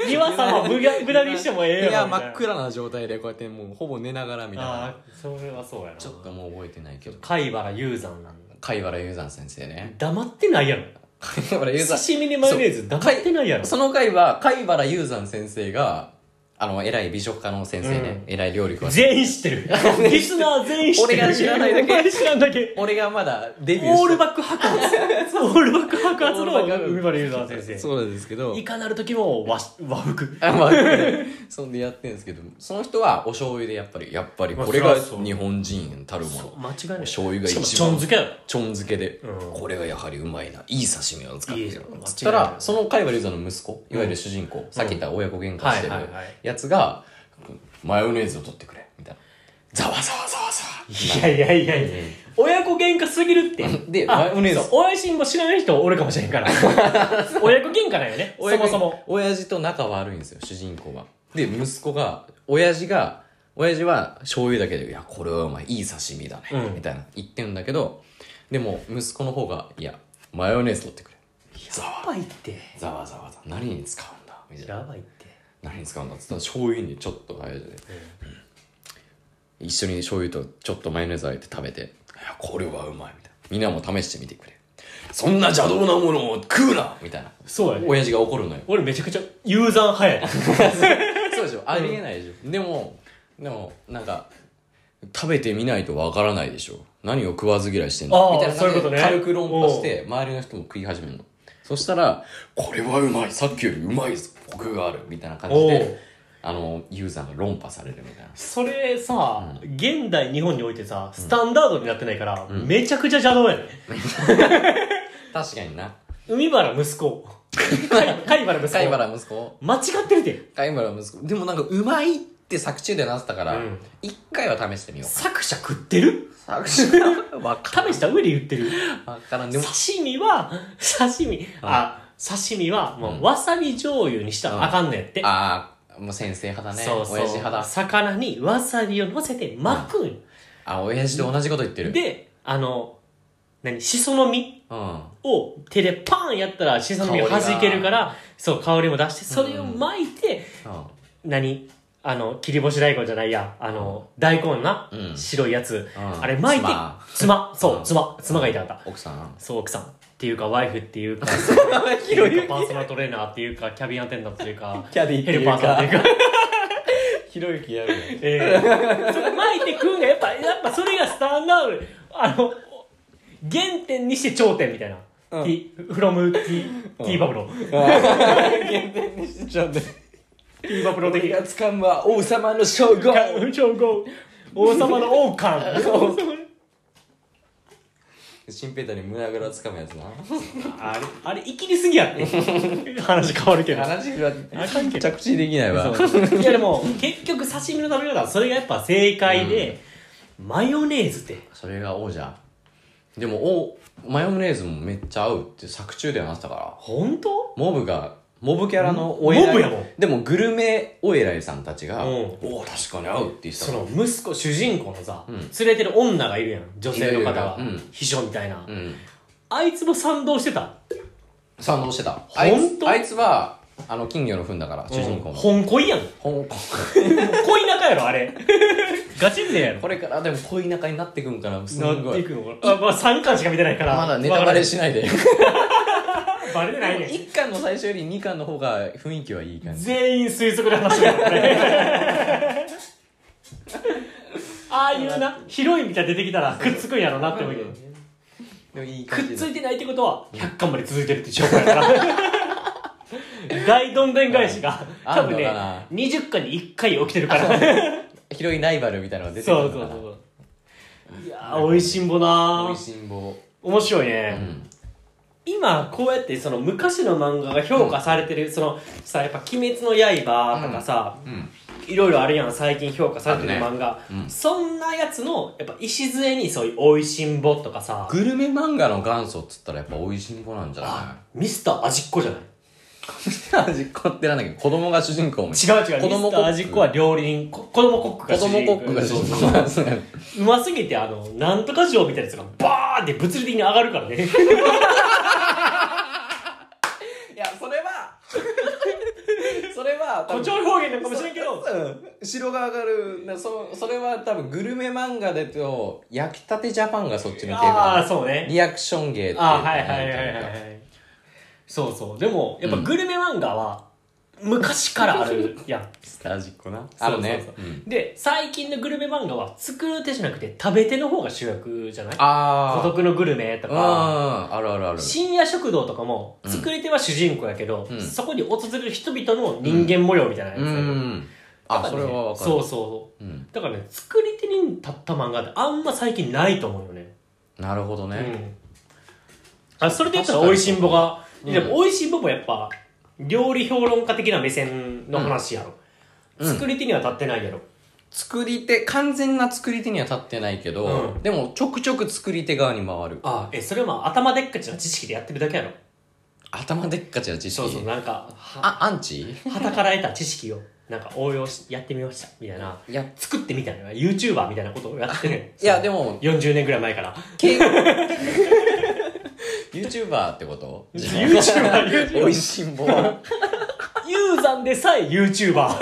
Speaker 1: 岩さんは無駄無駄にしてもええよ
Speaker 2: いや真っ
Speaker 1: み
Speaker 2: 暗な状態でこうやってもうほぼ寝ながら見
Speaker 1: たい
Speaker 2: た
Speaker 1: な
Speaker 2: か
Speaker 1: あ
Speaker 2: ら
Speaker 1: あそれはそうやな
Speaker 2: ちょっともう覚えてないけど
Speaker 1: 貝原雄山なんだ
Speaker 2: 貝原雄山先生ね
Speaker 1: 黙ってないやろ
Speaker 2: 貝原雄
Speaker 1: [laughs]
Speaker 2: 山
Speaker 1: 刺身にマヨネーズ黙ってないやろ
Speaker 2: その回は貝原雄山先生があの偉い美食家の先生ね、偉い料理家
Speaker 1: 全員知っ
Speaker 2: [laughs]
Speaker 1: てるリスナー全員知ってる
Speaker 2: 俺が知らないだけ
Speaker 1: お前知らんだけ
Speaker 2: 俺がまだデビュー
Speaker 1: オール
Speaker 2: バ
Speaker 1: バック白 [laughs] 髪オールバック白髪
Speaker 2: オールバッ
Speaker 1: の
Speaker 2: ク
Speaker 1: 海原雄山先生
Speaker 2: そうなんですけど
Speaker 1: いかなる時も和和服
Speaker 2: あ [laughs] まあそんでやってるんですけどその人はお醤油でやっぱりやっぱり
Speaker 1: まあ
Speaker 2: これが
Speaker 1: そりゃそう
Speaker 2: 日本人たるもの
Speaker 1: 間違いない
Speaker 2: 醤油が
Speaker 1: し
Speaker 2: 一
Speaker 1: か
Speaker 2: 番
Speaker 1: もちょん漬けやろ
Speaker 2: ちょん漬けで、
Speaker 1: うん
Speaker 2: これがやはりうまいないい刺身を使って
Speaker 1: いい
Speaker 2: る
Speaker 1: よ
Speaker 2: つった
Speaker 1: 間違い
Speaker 2: ら
Speaker 1: ない
Speaker 2: その貝原雄山の息子いわゆる主人公、さっき言った親子喧嘩してる
Speaker 1: はいはいはい
Speaker 2: やつが、マヨネーズを取ってくれみたいなざわざわざわざわ
Speaker 1: いやいやいやいや、親子喧嘩すぎるって。
Speaker 2: で
Speaker 1: あ
Speaker 2: マヨネーズ
Speaker 1: そう親父も知らない人おるかもしれ
Speaker 2: [laughs]
Speaker 1: んから。親子喧嘩だよね、そ
Speaker 2: 親
Speaker 1: も
Speaker 2: 父
Speaker 1: そも。
Speaker 2: 親父と仲悪いんですよ主人公はで息子が親父が親父は醤油だけで「いやこれはうまいいい刺身だね」
Speaker 1: うん
Speaker 2: みたいな言ってるんだけどでも息子の方が「いやマヨネーズ取ってくれ」ざわ
Speaker 1: やばいって。
Speaker 2: ざわざわざ何に使うんだみたいな
Speaker 1: やばいって。
Speaker 2: 何に使うんだっつったら醤油にちょっと親父で一緒に醤油とちょっとマヨネーズあえて食べて「いやこれはうまい」みたいな「みんなも試してみてくれ」「そんな邪道なものを食うな!」みたいな
Speaker 1: そうやね。
Speaker 2: 親父が怒るのよ
Speaker 1: 俺めちゃくちゃユーザー派
Speaker 2: [laughs]
Speaker 1: やね。
Speaker 2: そうでしょありえないでしょ、でもでもなんか食べてみないとわからないでしょ何を食わず嫌いしてん
Speaker 1: あ
Speaker 2: の
Speaker 1: ー
Speaker 2: みたいな感じ
Speaker 1: そういうこと
Speaker 2: で
Speaker 1: ね
Speaker 2: 軽く論破して周りの人も食い始めるのそしたら「これはうまいさっきよりうまいですコクがある」みたいな感じ
Speaker 1: お
Speaker 2: で
Speaker 1: う
Speaker 2: あのユーザーが論破されるみたいな
Speaker 1: それさ、現代日本においてさ、スタンダードになってないから、
Speaker 2: ん
Speaker 1: めちゃくちゃ邪道やね。
Speaker 2: 確かにな
Speaker 1: 海原息子。貝貝原息子。
Speaker 2: 貝原息子
Speaker 1: 間違ってるて。
Speaker 2: 貝原息子でもなんかうまいって作中でなってたから
Speaker 1: うん
Speaker 2: 一、回は試してみよう
Speaker 1: 作者食ってる
Speaker 2: 作中わからん
Speaker 1: 試した上で言ってる。
Speaker 2: わからんでも
Speaker 1: 刺身は刺身あ刺身はも
Speaker 2: うん
Speaker 1: うわさび醤油にした
Speaker 2: うん
Speaker 1: らあかんねんって、
Speaker 2: ああもう先生派だね
Speaker 1: そうそう
Speaker 2: 親父派だ
Speaker 1: 魚にわさびを乗せて巻くん、
Speaker 2: あ、親父と同じこと言ってる。
Speaker 1: であの何しその実
Speaker 2: うん。
Speaker 1: を手でパーンやったらしその実が弾けるからそう香りも出してそれを巻いて、何あの切り干し大根じゃないやあの大根な、
Speaker 2: うん
Speaker 1: 白いやつ、
Speaker 2: うん
Speaker 1: あれ巻いて
Speaker 2: 妻
Speaker 1: つまそう
Speaker 2: うん
Speaker 1: つまつまがいてあった
Speaker 2: 奥さ [laughs] ん。
Speaker 1: そう奥さんっていうかワイフって [laughs] いうかパーソナルトレーナーっていうか [laughs] キャビンアテンダントっていうか
Speaker 2: キャディ
Speaker 1: ヘルパーさんっていうか、
Speaker 2: ひろゆきやる
Speaker 1: えー、それ巻いて食うんがやっぱやっぱそれがスタンダードあの原点にして頂点みたいな、
Speaker 2: うん
Speaker 1: T フロム T, T バブ [laughs] ロ、
Speaker 2: 原点にしちゃうんだ
Speaker 1: T バブロ的 [laughs] な
Speaker 2: 掴むは王様の称号
Speaker 1: 超豪王様の [laughs] 王冠
Speaker 2: 新ペタに胸ぐら掴むやつな。
Speaker 1: あれあれ生きりすぎやって話変わるけど
Speaker 2: 話が
Speaker 1: あかんけど
Speaker 2: 着地できないわ。
Speaker 1: そういやでも結局刺身の食べ方はそれがやっぱ正解で、マヨネーズって
Speaker 2: それが王じゃ。でも、お、マヨネーズもめっちゃ合うって作中で話したから。
Speaker 1: 本当
Speaker 2: モブがモブキャラのお偉い
Speaker 1: モブやもん
Speaker 2: でもグルメお偉いさんたちが「
Speaker 1: うん
Speaker 2: おお確かに合う」って言ってた
Speaker 1: そ
Speaker 2: から
Speaker 1: の息子主人公のさ、
Speaker 2: ん
Speaker 1: 連れてる女がいるやん女性の方が、
Speaker 2: いるいるうん
Speaker 1: 秘書みたいな、
Speaker 2: うん
Speaker 1: あいつも賛同してた
Speaker 2: 賛同してたあい
Speaker 1: 本
Speaker 2: つ
Speaker 1: 当
Speaker 2: あいつはあの金魚の糞だから主人公の、
Speaker 1: うん本恋やん
Speaker 2: ほんこ
Speaker 1: 恋仲やろあれガチ勢やろ
Speaker 2: これからでも恋仲になってくんからす
Speaker 1: なっ
Speaker 2: ご
Speaker 1: てい
Speaker 2: い
Speaker 1: くのかなあ、まあ、3巻しか見てないから
Speaker 2: まだネタバレ
Speaker 1: し
Speaker 2: しないで
Speaker 1: バレてないねん
Speaker 2: 1巻の最初より2巻の方が雰囲気はいい感じ
Speaker 1: 全員推測で話してるからね [laughs] ああいうな広いみたい出てきたらくっつくんやろうなって思うけど
Speaker 2: でもいい
Speaker 1: く
Speaker 2: 感
Speaker 1: っ
Speaker 2: じ
Speaker 1: つ
Speaker 2: だ
Speaker 1: いてないってことは100巻まで続いてるって証拠やから [laughs] 大どんでん返しが
Speaker 2: あ
Speaker 1: 多
Speaker 2: んのか
Speaker 1: 分ね
Speaker 2: な
Speaker 1: 20巻に1回起きてる [laughs] からそう
Speaker 2: 広いライバルみたいなのが出てくる
Speaker 1: そ
Speaker 2: の
Speaker 1: う
Speaker 2: かな
Speaker 1: そういやーおいしんぼな
Speaker 2: 美
Speaker 1: ー
Speaker 2: 味しんぼ
Speaker 1: 面白いうね、
Speaker 2: ん
Speaker 1: 今こうやってその昔の漫画が評価されてる、そのさやっぱ「鬼滅の刃」とかさ、
Speaker 2: うん
Speaker 1: いろいろあるやん最近評価されてる漫画、
Speaker 2: うん
Speaker 1: そんなやつのやっぱ礎にそういう「おいしんぼ」とかさ
Speaker 2: グルメ漫画の元祖っつったらやっぱ美味しんぼなんじゃな
Speaker 1: ミスター味っ子じゃない
Speaker 2: い味っ子ってなんだけど子供が主人公みたい
Speaker 1: 違う違う
Speaker 2: 子
Speaker 1: ミ
Speaker 2: 供
Speaker 1: ス
Speaker 2: コ
Speaker 1: タ
Speaker 2: ック
Speaker 1: ー味っ子は料理人こ子供コック
Speaker 2: な
Speaker 1: が
Speaker 2: 子
Speaker 1: 主
Speaker 2: 供
Speaker 1: 人
Speaker 2: コ
Speaker 1: 公
Speaker 2: ックが主人
Speaker 1: そう
Speaker 2: 公
Speaker 1: そう
Speaker 2: なんですよ
Speaker 1: うますぎてあのなんとか城みたいなやつがバーって物理的に上がるか
Speaker 2: [laughs]
Speaker 1: らね
Speaker 2: いやそれは [laughs] それは多分
Speaker 1: 誇張表現なのかもしれんけど
Speaker 2: うん城が上がるなそそれは多分グルメ漫画でと焼きたてジャパンがそっちの系
Speaker 1: あ
Speaker 2: か
Speaker 1: あーそう
Speaker 2: な
Speaker 1: ね
Speaker 2: リアクション芸っていうか
Speaker 1: あーはいはいはいはいはいそうそうでもやっぱグルメ漫画は昔からあ
Speaker 2: [laughs]
Speaker 1: るやん
Speaker 2: スタジっ子なあるね
Speaker 1: そうそう
Speaker 2: う
Speaker 1: そうんで最近のグルメ漫画は作る手じゃなくて食べ手の方が主役じゃない
Speaker 2: あ
Speaker 1: 孤
Speaker 2: あ
Speaker 1: 独のグルメと
Speaker 2: う
Speaker 1: か
Speaker 2: んあるあるある
Speaker 1: 深夜食堂とかも
Speaker 2: うん
Speaker 1: 作り手は主人公やけど、
Speaker 2: うん
Speaker 1: そこに訪れる人々の人間模様みたいなやつ、
Speaker 2: うんあそれはわかる
Speaker 1: そうそう
Speaker 2: うん
Speaker 1: だからね作り手に立った漫画ってあんま最近ないと思うよね
Speaker 2: なるほどね
Speaker 1: うんあそれで言ったら「おいしんぼが」
Speaker 2: うん
Speaker 1: でも「おいしんぼ」もやっぱ料理評論家的な目線の話やろ、
Speaker 2: うん
Speaker 1: 作り手には立ってないやろ、
Speaker 2: 作り手完全な作り手には立ってないけど
Speaker 1: うん
Speaker 2: でもちょくちょく作り手側に回る
Speaker 1: あえそれはまあ頭でっかちな知識でやってるだけやろ
Speaker 2: 頭でっかちな知
Speaker 1: そうそう
Speaker 2: 識
Speaker 1: なんかは
Speaker 2: あアンチ
Speaker 1: はたから得た知識をなんか応用しやってみましたみたいない
Speaker 2: や
Speaker 1: 作ってみたいな YouTuber みたいなことをやってる
Speaker 2: いやでも
Speaker 1: 40年ぐらい前から
Speaker 2: け YouTuber ってこと [laughs]
Speaker 1: YouTuber
Speaker 2: おいしんぼは
Speaker 1: ユーザンでさえ YouTuber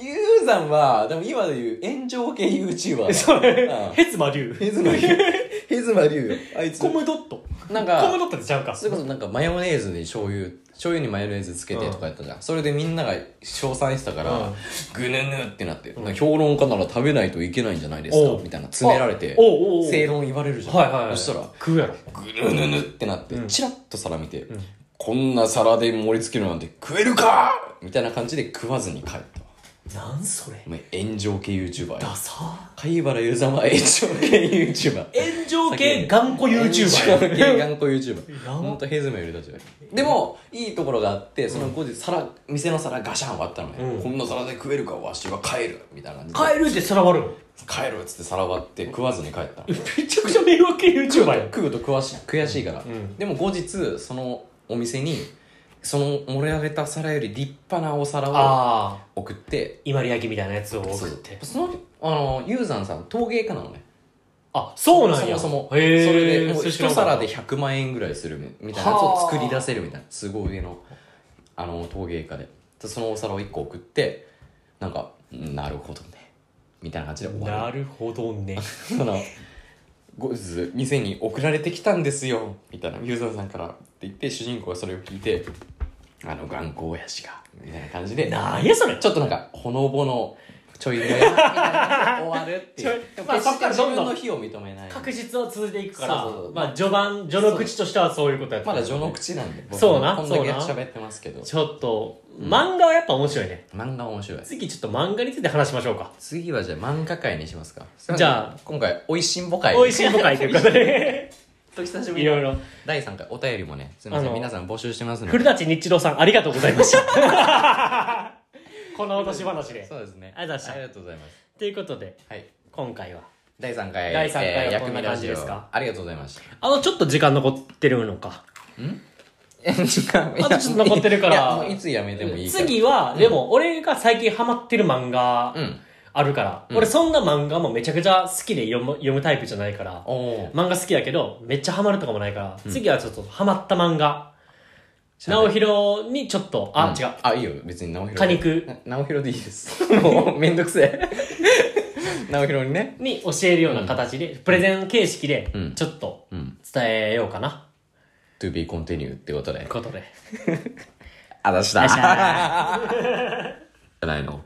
Speaker 2: ユーザンはでも今で言う炎上系 YouTuber
Speaker 1: そ
Speaker 2: うん
Speaker 1: れヘズマリュウ
Speaker 2: ヘズマリュウ [laughs] ヘズマリュウよあいつ
Speaker 1: コムドット
Speaker 2: なん
Speaker 1: コム
Speaker 2: か
Speaker 1: ドットでちゃうか
Speaker 2: それこそなんかマヨネーズに醤油醤油にマヨネーズつけてとかやったじゃん、それでみんなが称賛してたから、
Speaker 1: うん
Speaker 2: ぐぬぬってなって、なんか評論家なら食べないといけないんじゃないです
Speaker 1: お
Speaker 2: か
Speaker 1: う
Speaker 2: みたいな詰められて
Speaker 1: おうおうおう
Speaker 2: 正論言われるじゃん、
Speaker 1: はいはい、はい、
Speaker 2: そしたら
Speaker 1: 食うやろ
Speaker 2: ぐぬぬぬってなって、
Speaker 1: うん
Speaker 2: チラッと皿見て、
Speaker 1: ん
Speaker 2: こんな皿で盛り付けるなんて食えるかみたいな感じで食わずに帰った
Speaker 1: なんそれ
Speaker 2: お前炎上系 YouTuber
Speaker 1: ダ
Speaker 2: や
Speaker 1: サ
Speaker 2: 貝原雄三は炎上系 YouTuber
Speaker 1: 炎上系頑固 YouTuber
Speaker 2: 炎上系
Speaker 1: や
Speaker 2: 頑固 YouTuber
Speaker 1: やば
Speaker 2: ほんとヘズメよりたちよりでもいいところがあってその後日皿、店の皿ガシャン割ったのね、
Speaker 1: うん
Speaker 2: こんな皿で食えるかわしは帰るみたいな感
Speaker 1: カエルってさらわるの
Speaker 2: じで帰るっつって皿割って食わずに帰ったの
Speaker 1: めちゃくちゃ迷惑系 YouTuber やん
Speaker 2: 食うと詳しい悔しいから、
Speaker 1: ん
Speaker 2: でも後日そのお店にその盛られた皿より立派なお皿を
Speaker 1: ああ
Speaker 2: 送って
Speaker 1: 伊万里焼きみたいなやつを送
Speaker 2: そう
Speaker 1: って
Speaker 2: そのあのユーザンさん陶芸家なのね
Speaker 1: あそうなんや
Speaker 2: そもそもそ
Speaker 1: へえ
Speaker 2: れでもう一皿で100万円ぐらいするみみたいなやつを作り出せるみたいなすごい上のあの陶芸家ででそのお皿を1個送ってなんかうんなるほどねみたいな感じで終わる
Speaker 1: なるほどね
Speaker 2: その後日店に送られてきたんですよみたいなユーザーさんからって言って主人公がそれを聞いてあの頑固親父がみたいな感じで
Speaker 1: なんやそれ
Speaker 2: ちょっとなんかほのぼのちょいのやみたいな終わるっていう
Speaker 1: [laughs] ちょいまあ
Speaker 2: 決して
Speaker 1: そっからどんど
Speaker 2: 自分
Speaker 1: ん
Speaker 2: の非を認めない
Speaker 1: 確実は続いていくから
Speaker 2: そうそうそう
Speaker 1: まあ序盤序の口としてはそういうことやった
Speaker 2: まだ序の口なんで僕
Speaker 1: そうな
Speaker 2: こんだけ
Speaker 1: そうな
Speaker 2: 喋ってますけど
Speaker 1: ちょっと漫画はやっぱ面白いね
Speaker 2: 漫画面白い
Speaker 1: 次ちょっと漫画について話しましょうか
Speaker 2: 次はじゃあ漫画会にしますか
Speaker 1: じゃあ
Speaker 2: 今回おいしんぼ会
Speaker 1: おいしいの会ということ [laughs] で
Speaker 2: と久しぶり
Speaker 1: い
Speaker 2: の
Speaker 1: ろいろ
Speaker 2: [laughs] 第3回お便りもねすみませ
Speaker 1: あ
Speaker 2: ん
Speaker 1: の
Speaker 2: 皆さん募集してますので
Speaker 1: 古舘日郎さんありがとうございました
Speaker 2: [laughs]
Speaker 1: この落とし話で
Speaker 2: そうですね
Speaker 1: ありがとうござ
Speaker 2: ありが
Speaker 1: いました
Speaker 2: とうございます
Speaker 1: ということで
Speaker 2: はい
Speaker 1: 今回は
Speaker 2: 第3回
Speaker 1: 第三回は
Speaker 2: えー
Speaker 1: こん
Speaker 2: 薬
Speaker 1: な
Speaker 2: 味ラジオ
Speaker 1: 感じですか
Speaker 2: ありがとうございました
Speaker 1: あのちょっと時間残ってるのか
Speaker 2: え時間
Speaker 1: [laughs] あとちょっと残ってるから
Speaker 2: いやもういつやめてもいいから
Speaker 1: 次は、でも俺が最近ハマってる漫画
Speaker 2: うん
Speaker 1: あるから、
Speaker 2: うん
Speaker 1: 俺そんな漫画もめちゃくちゃ好きで読む読むタイプじゃないから
Speaker 2: おお
Speaker 1: 漫画好きやけどめっちゃハマるとかもないから、次はちょっとハマった漫画
Speaker 2: しゃべ
Speaker 1: 直弘にちょっとあ、違う
Speaker 2: あいいよ別に直弘
Speaker 1: 果肉
Speaker 2: な直弘でいいです [laughs] もうめんどくせえ直弘に
Speaker 1: [laughs]
Speaker 2: ね
Speaker 1: に教えるような形で、プレゼン形式で
Speaker 2: うん
Speaker 1: ちょっと
Speaker 2: うん
Speaker 1: 伝えようかな、
Speaker 2: to be continue ってことで。
Speaker 1: ことで
Speaker 2: あ、出した。じゃないの。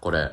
Speaker 2: これ、